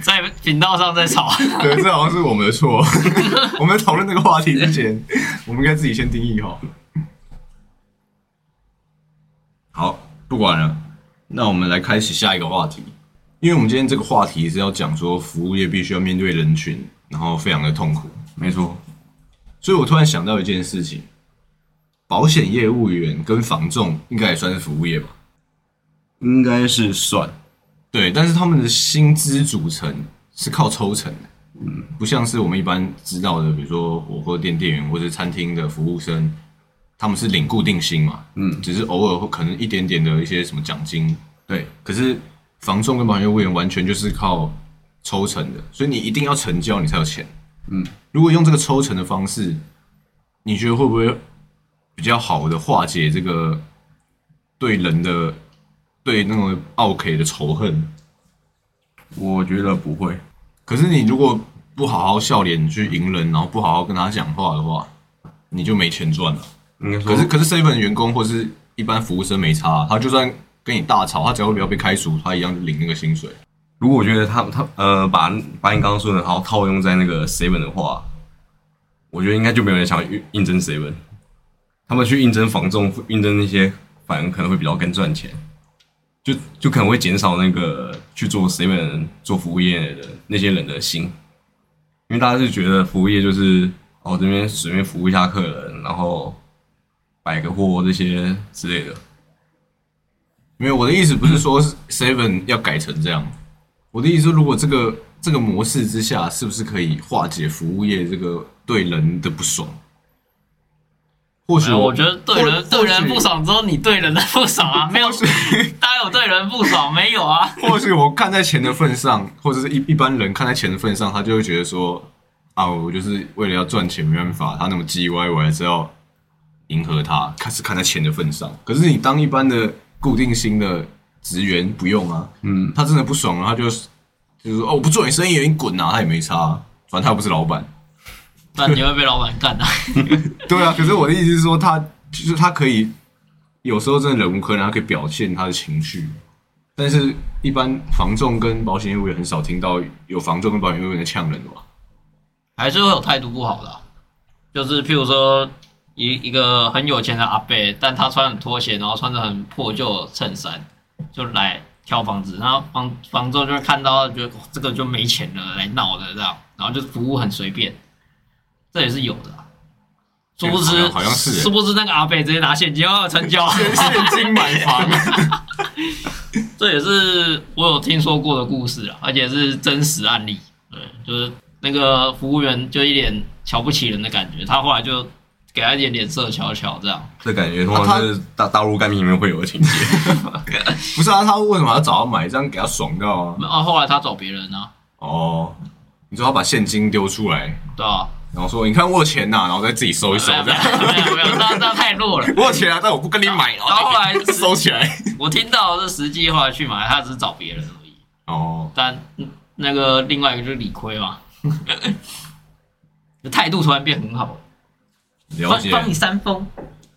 [SPEAKER 3] 在频道上再吵。
[SPEAKER 1] 对，这好像是我们的错。 我们在讨论这个话题之前，我们应该自己先定义好。好，不管了，那我们来开始下一个话题。因为我们今天这个话题是要讲说，服务业必须要面对人群，然后非常的痛苦。
[SPEAKER 2] 没错，
[SPEAKER 1] 所以我突然想到一件事情，保险业务员跟房仲应该也算是服务业吧？
[SPEAKER 2] 应该是算
[SPEAKER 1] 对，但是他们的薪资组成是靠抽成的，嗯，不像是我们一般知道的，比如说火锅店店员或者餐厅的服务生，他们是领固定薪嘛，嗯，只是偶尔会可能一点点的一些什么奖金，
[SPEAKER 2] 对，
[SPEAKER 1] 可是房仲跟保险业务员完全就是靠抽成的，所以你一定要成交你才有钱，
[SPEAKER 2] 嗯，
[SPEAKER 1] 如果用这个抽成的方式，你觉得会不会比较好的化解这个对人的对那种奥 K 的仇恨？
[SPEAKER 2] 我觉得不会，
[SPEAKER 1] 可是你如果不好好笑脸去迎人，然后不好好跟他讲话的话，你就没钱赚了。
[SPEAKER 2] 应该说
[SPEAKER 1] 可是可是 seven 员工或是一般服务生没差啊、他就算跟你大吵，他只要不要被开除，他一样领那个薪水。
[SPEAKER 2] 如果我觉得他他呃把把你刚刚说的好套用在那个 seven 的话，我觉得应该就没有人想要应应征 seven，他们去应征房仲、应征那些，反而可能会比较更赚钱，就就可能会减少那个去做 seven 做服务业的那些人的心，因为大家是觉得服务业就是哦这边随便服务一下客人，然后摆个货这些之类的，
[SPEAKER 1] 没有，我的意思不是说 seven 要改成这样，我的意思是如果这个这个模式之下， 是不是可以化解服务业这个对人的不爽？或
[SPEAKER 3] 没
[SPEAKER 1] 许
[SPEAKER 3] 有我觉得对
[SPEAKER 1] 或
[SPEAKER 3] 人对人不，爽之后，你对人的不爽啊，没有，大家有对人不爽没有 啊？
[SPEAKER 1] 或许或许我看在钱的份上，或者是一一般人看在钱的份上，他就会觉得说啊，我就是为了要赚钱，没办法，他那么叽歪，我还是要迎合他，看是看在钱的份上。可是你当一般的固定薪的职员不用啊，
[SPEAKER 2] 嗯，
[SPEAKER 1] 他真的不爽了，他就是就是说哦，我不做你生意，你滚啊，他也没差啊，反正他又不是老板。
[SPEAKER 3] 不然你会被老板干的。
[SPEAKER 1] 对啊，可是我的意思是说，他就是他可以有时候真的忍无可忍，他可以表现他的情绪，但是一般房仲跟保险业务也很少听到有房仲跟保险业务在呛人的吧？
[SPEAKER 3] 还是会有态度不好的啊、就是譬如说一一个很有钱的阿伯，但他穿很拖鞋，然后穿着很破旧的衬衫，就来挑房子，然后房房东就会看到，觉得、哦这个就没钱了，来闹的这样，然后就服务很随便，这也是有的啊、殊不
[SPEAKER 1] 好
[SPEAKER 3] 知
[SPEAKER 1] 像，好像是欸
[SPEAKER 3] 殊不知那个阿伯直接拿现金哦成交，
[SPEAKER 1] 现金买房，
[SPEAKER 3] 这也是我有听说过的故事啊，而且是真实案例。对，就是那个服务员就一脸瞧不起人的感觉，他后来就给他一点脸色瞧瞧，这样
[SPEAKER 2] 这感觉通
[SPEAKER 1] 啊
[SPEAKER 2] 常是大大陆干片里面会有的情节。
[SPEAKER 1] 不是啊？他为什么要找他买？这样给他爽到啊？
[SPEAKER 3] 啊。后来他找别人啊，
[SPEAKER 1] 哦，你说他把现金丢出来，
[SPEAKER 3] 对啊，
[SPEAKER 1] 然后说你看我有钱呐、然后再自己收一收
[SPEAKER 3] 没有
[SPEAKER 1] 这
[SPEAKER 3] 没
[SPEAKER 2] 哎
[SPEAKER 1] 样。
[SPEAKER 3] 有没有没有，那那太 弱了。
[SPEAKER 1] 我有钱啊，但我不跟你买，然
[SPEAKER 3] 然后后来
[SPEAKER 1] 再收起来。
[SPEAKER 3] 我听到是实际后来去买，他只是找别人而已，
[SPEAKER 1] 哦，
[SPEAKER 3] 但嗯那个另外一个就是理亏嘛， 态度突然变很好，
[SPEAKER 1] 了
[SPEAKER 3] 帮
[SPEAKER 1] 解。
[SPEAKER 3] 帮你扇风。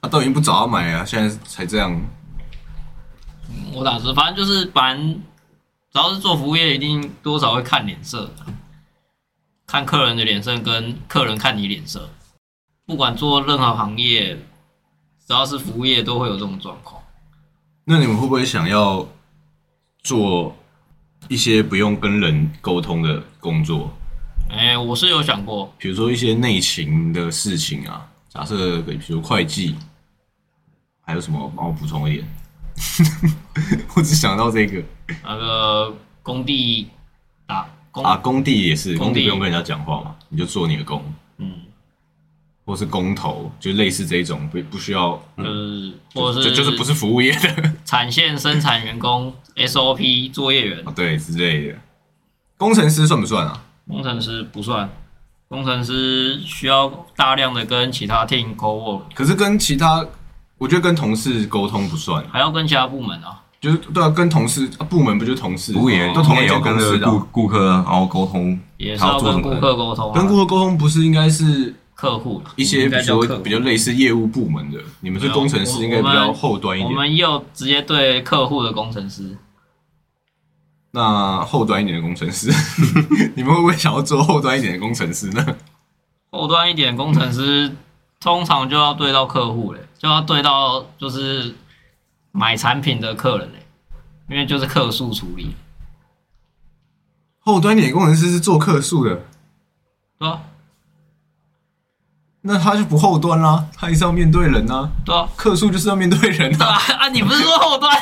[SPEAKER 1] 他都已经不找他买啊，现在才这样。
[SPEAKER 3] 我打算，反正就是，反正只要是做服务业，一定多少会看脸色的，看客人的脸色跟客人看你脸色。不管做任何行业，只要是服务业，都会有这种状况。
[SPEAKER 1] 那你们会不会想要做一些不用跟人沟通的工作？
[SPEAKER 3] 哎、我是有想过，
[SPEAKER 1] 比如说一些内勤的事情啊，假设比如会计，还有什么帮我补充一点？ 我只想到这个
[SPEAKER 3] 那个工地打工，
[SPEAKER 1] 啊，工地也是，工
[SPEAKER 3] 工
[SPEAKER 1] 地
[SPEAKER 3] 地
[SPEAKER 1] 不用跟人家讲话嘛，你就做你的工，
[SPEAKER 3] 嗯，
[SPEAKER 1] 或是工头，就类似这种不不需要，
[SPEAKER 3] 就是或者
[SPEAKER 1] 嗯就是就是不是服务业的
[SPEAKER 3] 产线生产员工、SOP 作业员
[SPEAKER 1] 啊，、对之类的。工程师算不算啊？
[SPEAKER 3] 工程师不算。工程师需要大量的跟其他 team co work，
[SPEAKER 1] 可是跟其他，我觉得跟同事沟通不算。
[SPEAKER 3] 还要跟其他部门啊。
[SPEAKER 1] 就是对啊，跟同事、啊部门不就是同事，
[SPEAKER 2] 服务员
[SPEAKER 1] 都同
[SPEAKER 2] 也
[SPEAKER 1] 一
[SPEAKER 2] 要
[SPEAKER 1] 间
[SPEAKER 2] 跟
[SPEAKER 1] 公司
[SPEAKER 2] 那
[SPEAKER 1] 的
[SPEAKER 2] 个顾
[SPEAKER 1] 啊、
[SPEAKER 2] 顾客然后沟通，
[SPEAKER 3] 也是
[SPEAKER 2] 他
[SPEAKER 3] 要
[SPEAKER 2] 要做什
[SPEAKER 3] 跟顾
[SPEAKER 2] 么？
[SPEAKER 3] 客沟通、啊，
[SPEAKER 1] 跟顾客沟通不是应该是
[SPEAKER 3] 客户啦
[SPEAKER 1] 一些
[SPEAKER 3] 应
[SPEAKER 1] 比
[SPEAKER 3] 该叫
[SPEAKER 1] 如
[SPEAKER 3] 客
[SPEAKER 1] 说
[SPEAKER 3] 户
[SPEAKER 1] 比较类似业务部门的，你们是
[SPEAKER 3] 对啊
[SPEAKER 1] 工程师，
[SPEAKER 3] 我
[SPEAKER 1] 应该比
[SPEAKER 3] 我
[SPEAKER 1] 较
[SPEAKER 3] 们
[SPEAKER 1] 后端一
[SPEAKER 3] 我
[SPEAKER 1] 点。
[SPEAKER 3] 们也有直接对客户的工程师，
[SPEAKER 1] 那后端一点的工程师， 你们会不会想要做后端一点的工程师呢？
[SPEAKER 3] 后端一点工程师，通常就要对到客户嘞，就要对到就是买产品的客人嘞，因为就是客诉处理，
[SPEAKER 1] 后端一点的工程师是做客数的，
[SPEAKER 3] 对啊，
[SPEAKER 1] 那他就不后端啦，他也是要面对人啊，
[SPEAKER 3] 对啊。
[SPEAKER 1] 客数就是要面对人
[SPEAKER 3] 对
[SPEAKER 1] 啊。
[SPEAKER 3] 啊，啊，你不是说后端，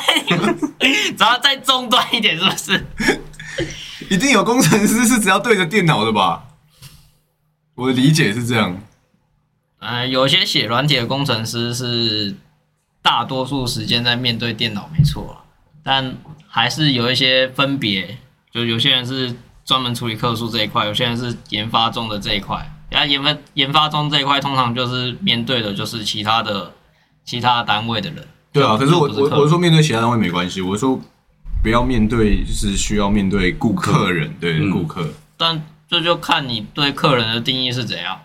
[SPEAKER 3] 只要再中端一点，是不是？
[SPEAKER 1] 一定有工程师是只要对着电脑的吧？我的理解是这样。
[SPEAKER 3] 呃，有些写软体的工程师是大多数时间在面对电脑，没错啊，但还是有一些分别，就有些人是专门处理客数这一块，有些人是研发中的这一块。然后研发研发中这一块，通常就是面对的就是其他的其他单位的人，
[SPEAKER 1] 对啊，可是我
[SPEAKER 3] 就不
[SPEAKER 1] 我
[SPEAKER 3] 是客
[SPEAKER 1] 我是说面对其他单位没关系，我是说不要面对就是需要面对顾
[SPEAKER 2] 客
[SPEAKER 1] 客人，对
[SPEAKER 2] 嗯
[SPEAKER 1] 顾客，
[SPEAKER 3] 但这就看你对客人的定义是怎样，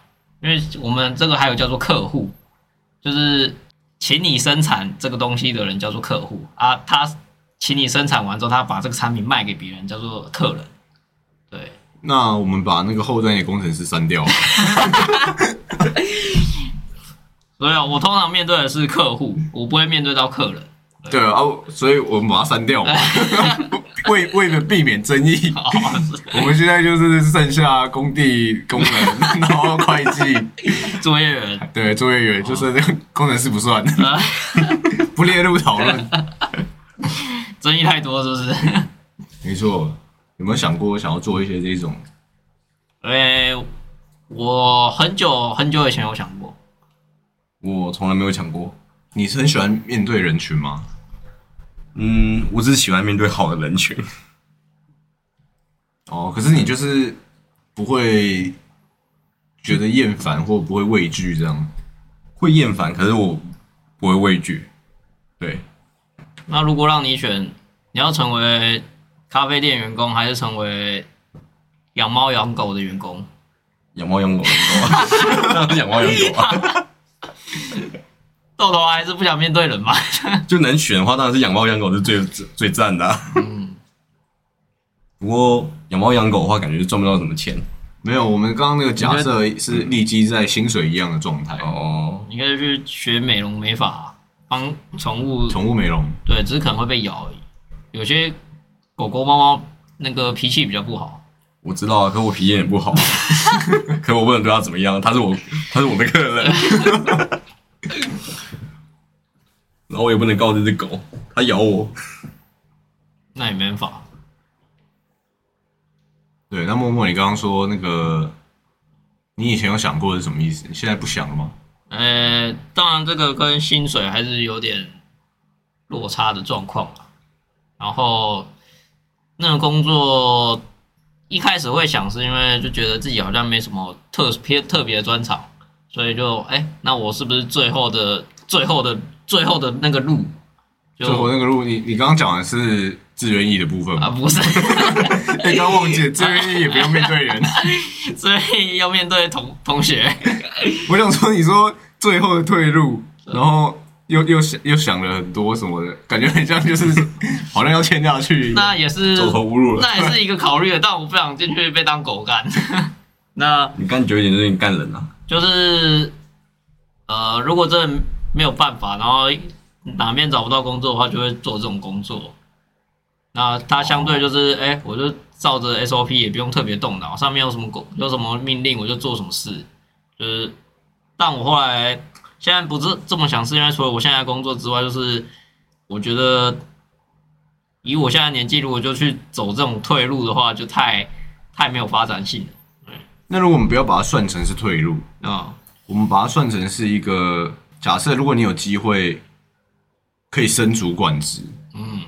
[SPEAKER 3] 因为我们这个还有叫做客户，就是请你生产这个东西的人叫做客户啊，他请你生产完之后，他把这个产品卖给别人叫做客人，对，
[SPEAKER 1] 那我们把那个后端的工程师删掉，啊
[SPEAKER 3] 所以啊我通常面对的是客户，我不会面对到客人。
[SPEAKER 1] 对啊，我所以我们把它删掉嘛，为为了避免争议，
[SPEAKER 3] 哦，是
[SPEAKER 1] 我们现在就是剩下工地工人，然后会计，
[SPEAKER 3] 作业员，
[SPEAKER 1] 对作业员，就是这个工程师不算，
[SPEAKER 3] 呃，
[SPEAKER 1] 不列入讨论。
[SPEAKER 3] 争议太多是 不是？
[SPEAKER 1] 没错，有没有想过想要做一些这种？
[SPEAKER 3] 因为我很久很久以前有想过，
[SPEAKER 2] 我从来没有抢过。
[SPEAKER 1] 你是很喜欢面对人群吗？
[SPEAKER 2] 嗯，我只是喜欢面对好的人群。
[SPEAKER 1] 哦，可是你就是不会觉得厌烦或不会畏惧这样。
[SPEAKER 2] 会厌烦，可是我不会畏惧。对，
[SPEAKER 3] 那如果让你选，你要成为咖啡店员工，还是成为养猫养狗的员工？
[SPEAKER 2] 养猫养狗 养狗，啊当然是养猫养狗啊。
[SPEAKER 3] 豆豆还是不想面对人嘛？
[SPEAKER 2] 就能选的话，当然是养猫养狗是最最最赞的、啊。
[SPEAKER 3] 嗯，
[SPEAKER 2] 不过养猫养狗的话，感觉赚不到什么钱
[SPEAKER 1] 没有，我们刚刚那个假设是立基在薪水一样的状态。
[SPEAKER 2] 哦。
[SPEAKER 3] 你可以去学美容美发、帮宠物，
[SPEAKER 1] 宠物美容，
[SPEAKER 3] 对，只是可能会被咬而已。有些狗狗猫猫那个脾气比较不好，
[SPEAKER 2] 我知道啊，可 我脾气也不好，可我不能对他怎么样，啊他是我他是我的客人，然后我也不能告这只狗，它咬我。
[SPEAKER 3] 那也没办法。
[SPEAKER 1] 对。那默默，你刚刚说那个，你以前有想过是什么意思？你现在不想了吗？
[SPEAKER 3] 呃，当然这个跟薪水还是有点落差的状况啦然后那个工作一开始会想，是因为就觉得自己好像没什么特别特别的专长，所以就哎，那我是不是最后的最后的最后的那个路就
[SPEAKER 1] 最后那个路，你你刚刚讲的是自愿意的部分吗？
[SPEAKER 3] 啊不是，
[SPEAKER 1] 哎，刚忘记了自愿意也不用面对人。
[SPEAKER 3] 所以要面对同同学。
[SPEAKER 1] 我想说，你说最后的退路，然后又又想又想了很多什么的，感觉很像就是好像要签下去一样。
[SPEAKER 3] 那也是
[SPEAKER 2] 走投无路了
[SPEAKER 3] 那也是一个考虑的，但我不想进去被当狗干。 那
[SPEAKER 2] 你干久一点就是你干人啊，
[SPEAKER 3] 就是呃，如果真的没有办法，然后哪边找不到工作的话，就会做这种工作。那它相对就是，哎、我就照着 SOP，也不用特别动脑，上面有什么狗有什么命令，我就做什么事。就是，但我后来现在不是这么想，是因为除了我现在的工作之外，就是我觉得以我现在的年纪，如果就去走这种退路的话，就太太没有发展性
[SPEAKER 1] 那如果我们不要把它算成是退路，
[SPEAKER 3] 了啊。
[SPEAKER 1] 我们把它算成是一个假设，如果你有机会可以升主管职，
[SPEAKER 3] 嗯，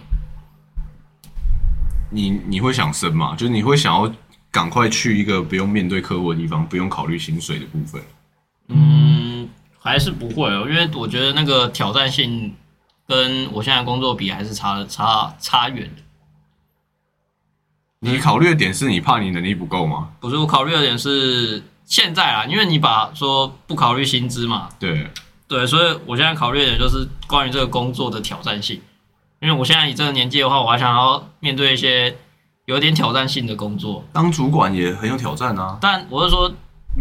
[SPEAKER 1] 你你会想升吗？就是你会想要赶快去一个不用面对客户的地方，不用考虑薪水的部分。
[SPEAKER 3] 嗯，还是不会哦，因为我觉得那个挑战性跟我现在工作比还是差差差远的。
[SPEAKER 1] 你考虑的点是你怕你能力不够吗？
[SPEAKER 3] 不是我考虑的点是现在啊，因为你把说不考虑薪资嘛，
[SPEAKER 1] 对，
[SPEAKER 3] 对，所以我现在考虑的点就是关于这个工作的挑战性，因为我现在以这个年纪的话，我还想要面对一些有点挑战性的工作，
[SPEAKER 1] 当主管也很有挑战啊。
[SPEAKER 3] 但我是说，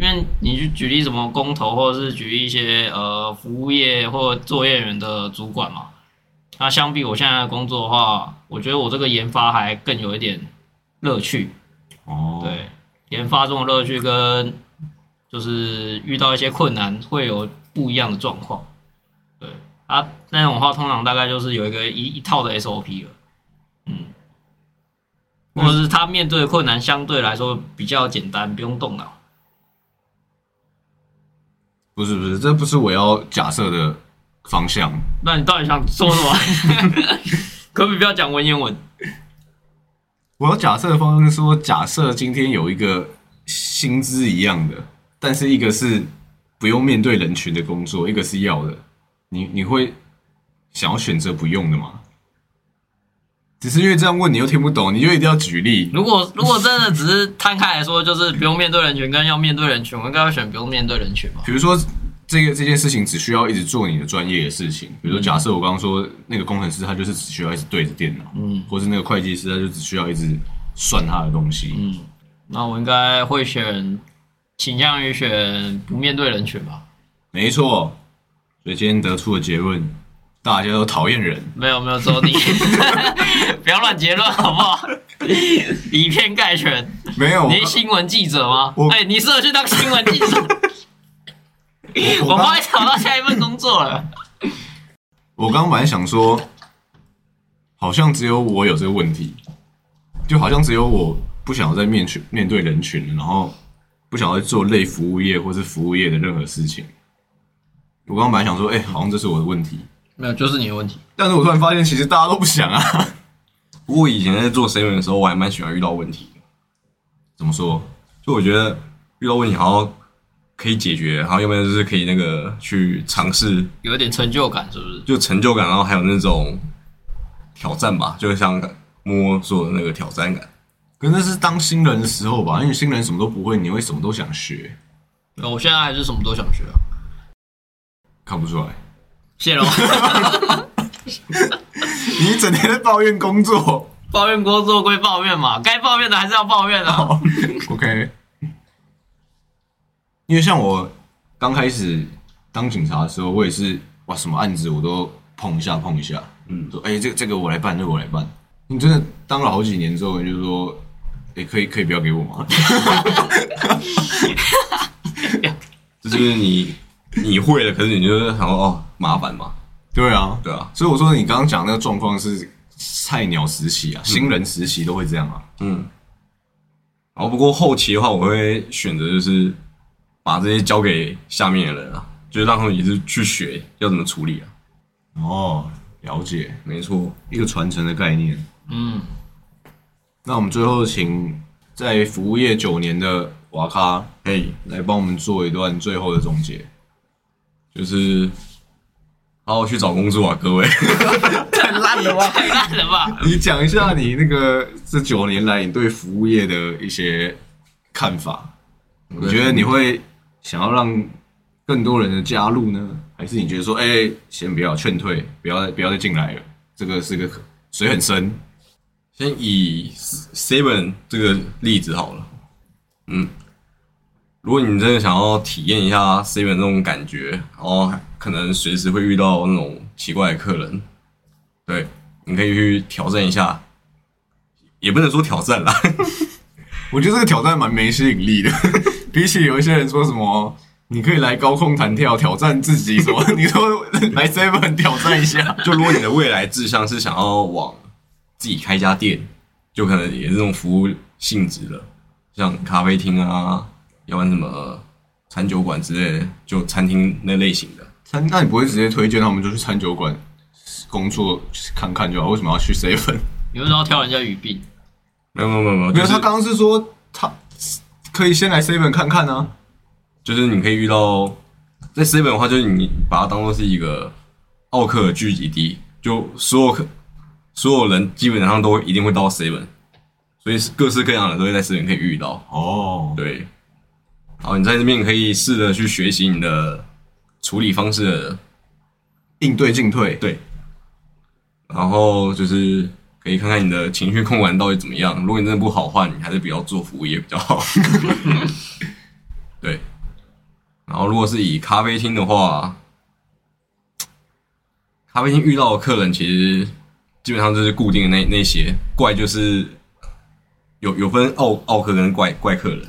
[SPEAKER 3] 因为你去举例什么工头，或者是举例一些呃服务业或作业员的主管嘛，那相比我现在的工作的话，我觉得我这个研发还更有一点乐趣。
[SPEAKER 1] 哦，
[SPEAKER 3] 对，研发中的乐趣跟就是遇到一些困难会有不一样的状况。对啊，那种的话通常大概就是有一个一一套的 SOP 了，嗯，或者是他面对的困难相对来说比较简单，不用动脑。
[SPEAKER 1] 不是不是，这不是我要假设的方向。
[SPEAKER 3] 那你到底想说什 么？可不可以不要讲文言文？
[SPEAKER 1] 我要假设的方向是说，假设今天有一个薪资一样的，但是一个是不用面对人群的工作，一个是要的，你你会想要选择不用的吗？只是因为这样问你又听不懂，你就一定要举例。
[SPEAKER 3] 如果如果真的只是摊开来说，就是不用面对人群跟要面对人群，我应该会选不用面对人群吧？
[SPEAKER 1] 比如说，这个这件事情只需要一直做你的专业的事情。比如说，假设我刚刚说那个工程师，他就是只需要一直对着电脑，
[SPEAKER 3] 嗯
[SPEAKER 1] 或是那个会计师，他就只需要一直算他的东西。
[SPEAKER 3] 嗯，那我应该会选，倾向于选不面对人群吧？
[SPEAKER 1] 没错，所以今天得出的结论，大家都讨厌人。
[SPEAKER 3] 没有没有，只有 你，不要乱结论好不 好？以偏概全。
[SPEAKER 1] 没有，
[SPEAKER 3] 你是新闻记者吗
[SPEAKER 1] 我？
[SPEAKER 3] 哎、你适合去当新闻记者。我
[SPEAKER 1] 我刚
[SPEAKER 3] 帮你找到下一份工作了。
[SPEAKER 1] 我刚刚本来想说，好像只有我有这个问题，就好像只有我不想要再面去面对人群，然后不想要做类服务业或是服务业的任何事情。我刚刚本来想说，哎、好像这是我的问题，
[SPEAKER 3] 没有，就是你的问题。
[SPEAKER 1] 但是我突然发现，其实大家都不想啊。
[SPEAKER 2] 不过以前在做 seven 的时候，我还蛮喜欢遇到问题的，
[SPEAKER 1] 怎么说？
[SPEAKER 2] 就我觉得遇到问题好像可以解决，然后要不然就是可以那个去尝试，
[SPEAKER 3] 有一点成就感，是不是？
[SPEAKER 2] 就成就感，然后还有那种挑战吧，就像摸索的那个挑战感。
[SPEAKER 1] 可能是当新人的时候吧，因为新人什么都不会，你会什么都想学，
[SPEAKER 3] 没有我现在还是什么都想学啊。
[SPEAKER 1] 看不出来。
[SPEAKER 3] 谢龙
[SPEAKER 1] 你一整天在抱怨工作。
[SPEAKER 3] 抱怨工作归抱怨嘛，该抱怨的还是要抱怨啊。
[SPEAKER 2] 哦
[SPEAKER 1] OK，因为像我刚开始当警察的时候，我也是哇，什么案子我都碰一下碰一下，嗯，说哎、这个这个我来办，这个我来办。你真的当了好几年之后，你就说，哎、可以可以不要给我吗？
[SPEAKER 2] 这就是你你会了，可是你就是想说哦麻烦嘛，
[SPEAKER 1] 对啊，
[SPEAKER 2] 对啊，
[SPEAKER 1] 所以我说你刚刚讲那个状况是菜鸟时期啊，新人时期都会这样啊。
[SPEAKER 2] 嗯。然后不过后期的话，我会选择就是把这些交给下面的人啊，就是让他们也是去学要怎么处理啊。
[SPEAKER 1] 哦，了解，
[SPEAKER 2] 没错，
[SPEAKER 1] 一个传承的概念。
[SPEAKER 3] 嗯，
[SPEAKER 1] 那我们最后请在服务业九年的瓦咖
[SPEAKER 2] 嘿、
[SPEAKER 1] 来帮我们做一段最后的总结。
[SPEAKER 2] 就是好好去找工作啊，各位。
[SPEAKER 3] 太烂了吧，太烂了吧。
[SPEAKER 1] 你讲一下你那个这九年来你对服务业的一些看法，你觉得你会想要让更多人的加入呢，还是你觉得说，哎、先不要劝退，不要再不要再进来了，这个是个水很深。
[SPEAKER 2] 先以 Seven 这个例子好了，嗯，如果你真的想要体验一下 Seven 那种感觉，然后可能随时会遇到那种奇怪的客人，对，你可以去挑战一下，也不能说挑战啦，
[SPEAKER 1] 我觉得这个挑战蛮没吸引力的， 比起有一些人说什么。你可以来高空弹跳挑战自己什么？ 你说来 seven 挑战一下，
[SPEAKER 2] 就如果你的未来志向是想要往自己开一家店，就可能也是这种服务性质的，像咖啡厅啊，要不然什么餐酒馆之类的，就餐厅那类型的。
[SPEAKER 1] 餐，那你不会直接推荐他们就去餐酒馆工作看看就好？为什么要去 seven？
[SPEAKER 3] 你为什么要挑人家语病？
[SPEAKER 2] 没有没有没有没有，
[SPEAKER 1] 没
[SPEAKER 2] 就
[SPEAKER 1] 有，
[SPEAKER 2] 是
[SPEAKER 1] 他刚刚是说他可以先来 seven 看看啊。
[SPEAKER 2] 就是你可以遇到在 seven 的话，就是你把它当做是一个奥克的聚集地，就所有客所有人基本上都一定会到 seven，所以是各式各样的都会在 seven 可以遇到。
[SPEAKER 1] 哦，
[SPEAKER 2] 对，好，你在这边可以试着去学习你的处理方式的，
[SPEAKER 1] 应对进退，
[SPEAKER 2] 对，然后就是可以看看你的情绪控管到底怎么样。如果你真的不好的话，你还是不要做服务业比较好。 对，然后如果是以咖啡厅的话，咖啡厅遇到的客人其实基本上就是固定的那那些怪，就是有有分奥奥客跟怪怪客人。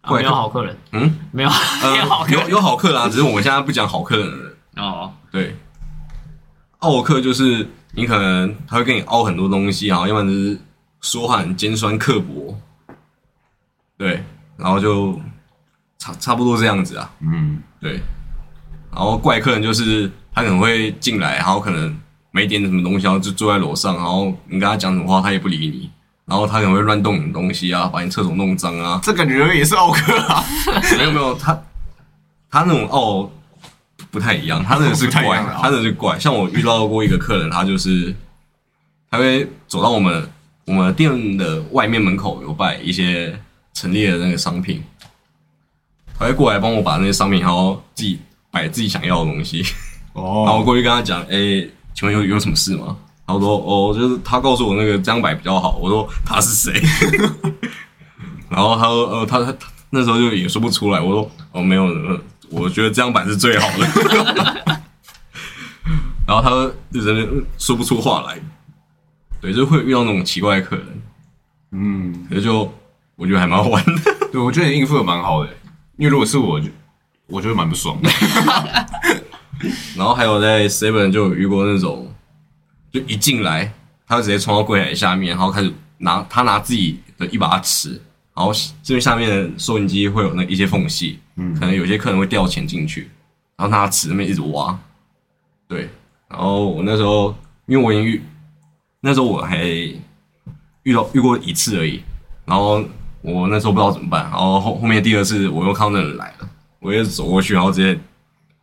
[SPEAKER 3] 啊
[SPEAKER 2] 怪
[SPEAKER 3] 没有好客人，
[SPEAKER 2] 嗯，
[SPEAKER 3] 没有， 没有好
[SPEAKER 2] 呃、
[SPEAKER 3] 客
[SPEAKER 2] 有
[SPEAKER 3] 人。
[SPEAKER 2] 有好客人啊，只是我们现在不讲好客人了。
[SPEAKER 3] 哦，
[SPEAKER 2] 对，傲客就是你可能他会跟你凹很多东西啊，要不然就是说话很尖酸刻薄，对，然后就差差不多这样子啊，
[SPEAKER 1] 嗯，
[SPEAKER 2] 对。然后怪客人就是他可能会进来，然后可能没点什么东西，然后就坐在楼上，然后你跟他讲什么话，他也不理你，然后他可能会乱动你的东西啊，把你厕所弄脏啊，
[SPEAKER 1] 这感觉也是奥克啊，
[SPEAKER 2] 没有没有，他他那种傲不太一样，他真的是
[SPEAKER 1] 不太一
[SPEAKER 2] 怪
[SPEAKER 1] 样的，傲
[SPEAKER 2] 他真的是怪。像我遇到过一个客人，他就是他会走到我们我们店的外面门口有摆一些陈列的那个商品，他会过来帮我把那些商品，然后自己摆自己想要的东西。然后我
[SPEAKER 1] 哦，
[SPEAKER 2] 过去跟他讲，哎、请问有有什么事吗？然后说，哦，就是他告诉我那个这样摆比较好。我说他是谁？ 然后他说，呃，他他他那时候就也说不出来。我说，哦，没有，呃我觉得这样摆是最好的。 然后他就人说不出话来，对，就会遇到那种奇怪的客人，
[SPEAKER 1] 嗯，
[SPEAKER 2] 可是就我觉得还蛮好玩的。
[SPEAKER 1] 对，我觉得你应付的蛮好的，因为如果是我，就我觉得蛮不爽 的。
[SPEAKER 2] 然后还有在 Seven 就有遇过那种，就一进来，他就直接冲到柜台下面，然后开始拿他拿自己的一把尺，然后这边下面的收银机会有那一些缝隙，可能有些客人会掉钱进去，然后他池那边一直挖，对，然后我那时候因为我已经遇，那时候我还遇到遇过一次而已，然后我那时候不知道怎么办，然后后后面第二次我又看到那人来了，我也走过去，然后直接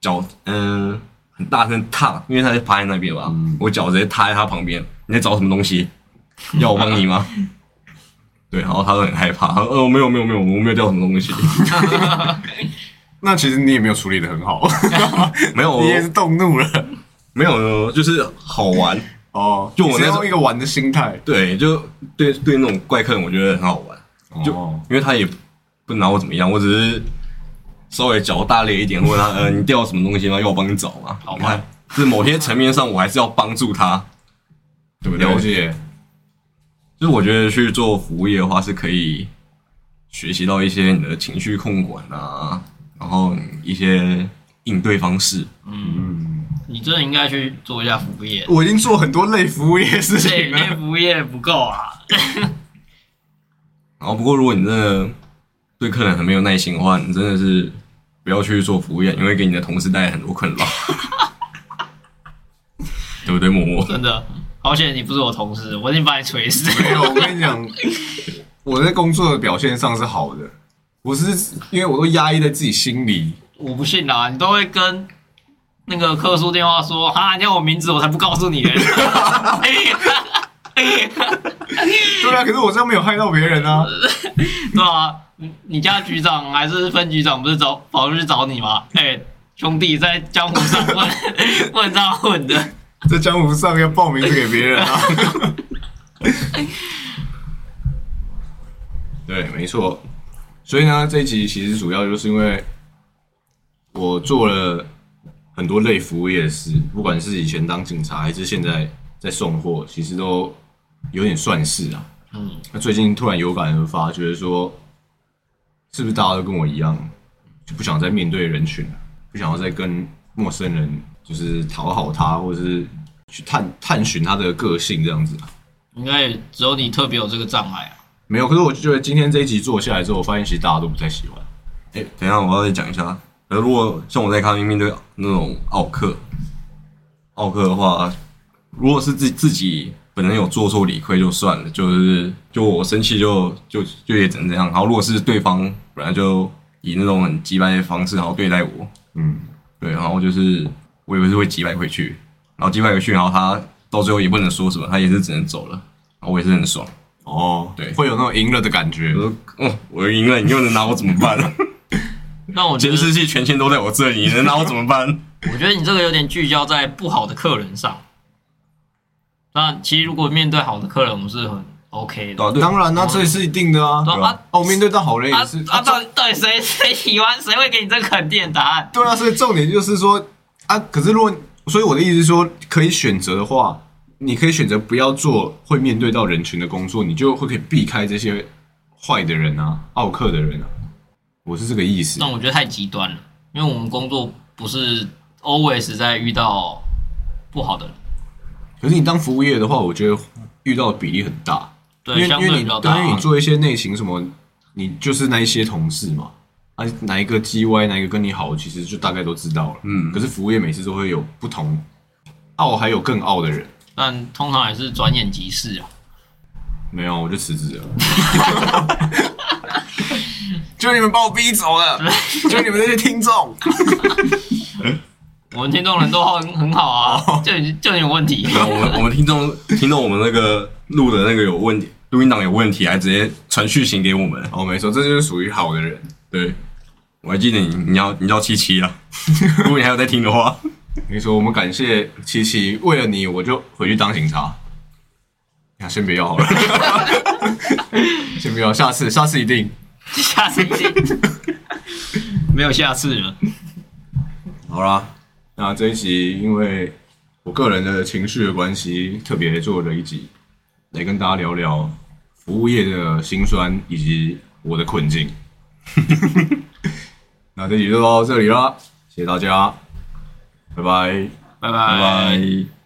[SPEAKER 2] 脚嗯、很大声踏，因为他就趴在那边吧，
[SPEAKER 1] 嗯
[SPEAKER 2] 我脚直接踏在他旁边，你在找什么东西？要我帮 你吗？对，然后他都很害怕，他说呃没有没有没有，我没有掉什么 东西，
[SPEAKER 1] 那其实你也没有处理的很好，
[SPEAKER 2] 没有
[SPEAKER 1] 你也是动怒了
[SPEAKER 2] 没有，就是好玩。
[SPEAKER 1] 哦。
[SPEAKER 2] 就我那
[SPEAKER 1] 那
[SPEAKER 2] 时候
[SPEAKER 1] 用一个玩的心态，
[SPEAKER 2] 对，就对对那种怪客人，我觉得很好玩，就、
[SPEAKER 1] 哦
[SPEAKER 2] 因为他也不拿我怎么样，我只是稍微脚大力一点，问他呃你掉什么东西吗？要我帮你找吗？
[SPEAKER 3] 好
[SPEAKER 2] 你
[SPEAKER 3] 吧
[SPEAKER 2] 看，就是某些层面上我还是要帮助他，对不对？
[SPEAKER 1] 了解。
[SPEAKER 2] 就是我觉得去做服务业的话，是可以学习到一些你的情绪控管啊，然后一些应对方式。
[SPEAKER 1] 嗯，
[SPEAKER 3] 你真的应该去做一下服务业，
[SPEAKER 1] 我已经做很多类服务业的事
[SPEAKER 3] 这
[SPEAKER 2] 啊
[SPEAKER 1] 情
[SPEAKER 3] 里面
[SPEAKER 1] 了。
[SPEAKER 3] 服务业不够啊。
[SPEAKER 2] 然后不过如果你真的对客人很没有耐心的话，你真的是不要去做服务业，因为给你的同事带来很多困扰， 对不对，默默？
[SPEAKER 3] 真的，好险你不是我同事，我已经把你锤死。
[SPEAKER 1] 没有，我跟你讲， 我在工作的表现上是好的，我是因为我都压抑在自己心里。
[SPEAKER 3] 我不信啊啦，你都会跟那个客诉电话说啊，你要我名字，我才不告诉 你嘞。
[SPEAKER 1] 对啊，可是我这样没有害到别人啊。
[SPEAKER 3] 对啊，你你家局长还是分局长不是找跑出去找你吗？哎、兄弟，在江湖 上混混账混的，
[SPEAKER 1] 在江湖上要报名字给别人啊。 对，没错。所以呢，这一集其实主要就是因为我做了很多类服务业的事，不管是以前当警察，还是现在在送货，其实都有点算是啊。
[SPEAKER 3] 嗯，
[SPEAKER 1] 那最近突然有感而发，觉得说，是不是大家都跟我一样，就不想再面对人群了，不想要再跟陌生人就是讨好他，或者是去探探寻他的个性这样子啊。
[SPEAKER 3] 应该也只有你特别有这个障碍啊。
[SPEAKER 1] 没有，可是我就觉得今天这一集做下来之后，我发现其实大家都不太喜欢。
[SPEAKER 2] 哎，等一下我要再讲一下。呃，如果像我在咖啡面对那种奥克，奥克的话，如果是自自己本人有做错理亏就算了，就是就我生气就就就也只能这样。然后如果是对方本来就以那种很击败的方式然后对待我，
[SPEAKER 1] 嗯，
[SPEAKER 2] 对，然后就是我以为是会击败回去，然后击败回去，然后他到最后也不能说什么，他也是只能走了，然后我也是很爽，
[SPEAKER 1] 哦，
[SPEAKER 2] 对
[SPEAKER 1] 会有那种赢了的感觉
[SPEAKER 2] 我。说，哦，我赢了，你又能拿我怎么办？
[SPEAKER 3] 那我觉得，
[SPEAKER 2] 监视器权限都在我这里，你能拿我怎么 办？
[SPEAKER 3] 我觉得你这个有点聚焦在不好的客人上。那其实如果面对好的客人，我们是很 OK 的。
[SPEAKER 2] 对啊，对啊
[SPEAKER 1] 当然啦、这是一定的啊。
[SPEAKER 3] 对
[SPEAKER 2] 对啊
[SPEAKER 3] 啊
[SPEAKER 1] 哦，面对到好人
[SPEAKER 3] 啊
[SPEAKER 1] 也是
[SPEAKER 3] 啊！到底到底谁 谁喜欢，谁会给你这个肯定的答案？
[SPEAKER 1] 对啊，所以重点就是说啊，可是如果所以我的意思是说，可以选择的话，你可以选择不要做会面对到人群的工作，你就会可以避开这些坏的人啊、傲客的人啊。我是这个意思
[SPEAKER 3] 但。我觉得太极端了，因为我们工作不是 always 在遇到不好的人，
[SPEAKER 1] 可是你当服务业的话，我觉得遇到的比例很大，因为
[SPEAKER 3] 对，相
[SPEAKER 1] 因为
[SPEAKER 3] 对
[SPEAKER 1] 你
[SPEAKER 3] 比较
[SPEAKER 1] 对
[SPEAKER 3] 大
[SPEAKER 1] 因为
[SPEAKER 3] 啊
[SPEAKER 1] 你。做一些内勤什么，你就是那一些同事嘛。啊，哪一个叽歪，哪一个跟你好，其实就大概都知道了。
[SPEAKER 2] 嗯
[SPEAKER 1] 可是服务业每次都会有不同傲，还有更傲的人。
[SPEAKER 3] 但通常也是转眼即逝啊。
[SPEAKER 1] 没有，我就辞职了。 就你们把我逼走了，就你们这些听众。
[SPEAKER 3] 我们听众人都很很好
[SPEAKER 1] 哦
[SPEAKER 3] 啊，就你就你有问题，
[SPEAKER 2] 然后啊我们我们听众听到我们那个录的那个有问题，录音档有问题，还直接传讯息给我们。
[SPEAKER 1] 哦，没错，这就是属于好的人。
[SPEAKER 2] 对，我还记得你你要你叫七七啊， 如果你还有在听的话，
[SPEAKER 1] 没错，我们感谢七七，为了你，我就回去当警察。呀，先不要 好了，先不要，下次，下次一定。
[SPEAKER 3] 下次一 定没有下次了。
[SPEAKER 1] 好啦，那这一集因为我个人的情绪的关系，特别做了一集，来跟大家聊聊服务业的辛酸以及我的困境。 那这集就到这里啦，谢谢大家，拜拜。
[SPEAKER 3] 拜
[SPEAKER 2] 拜
[SPEAKER 3] 拜
[SPEAKER 2] 拜。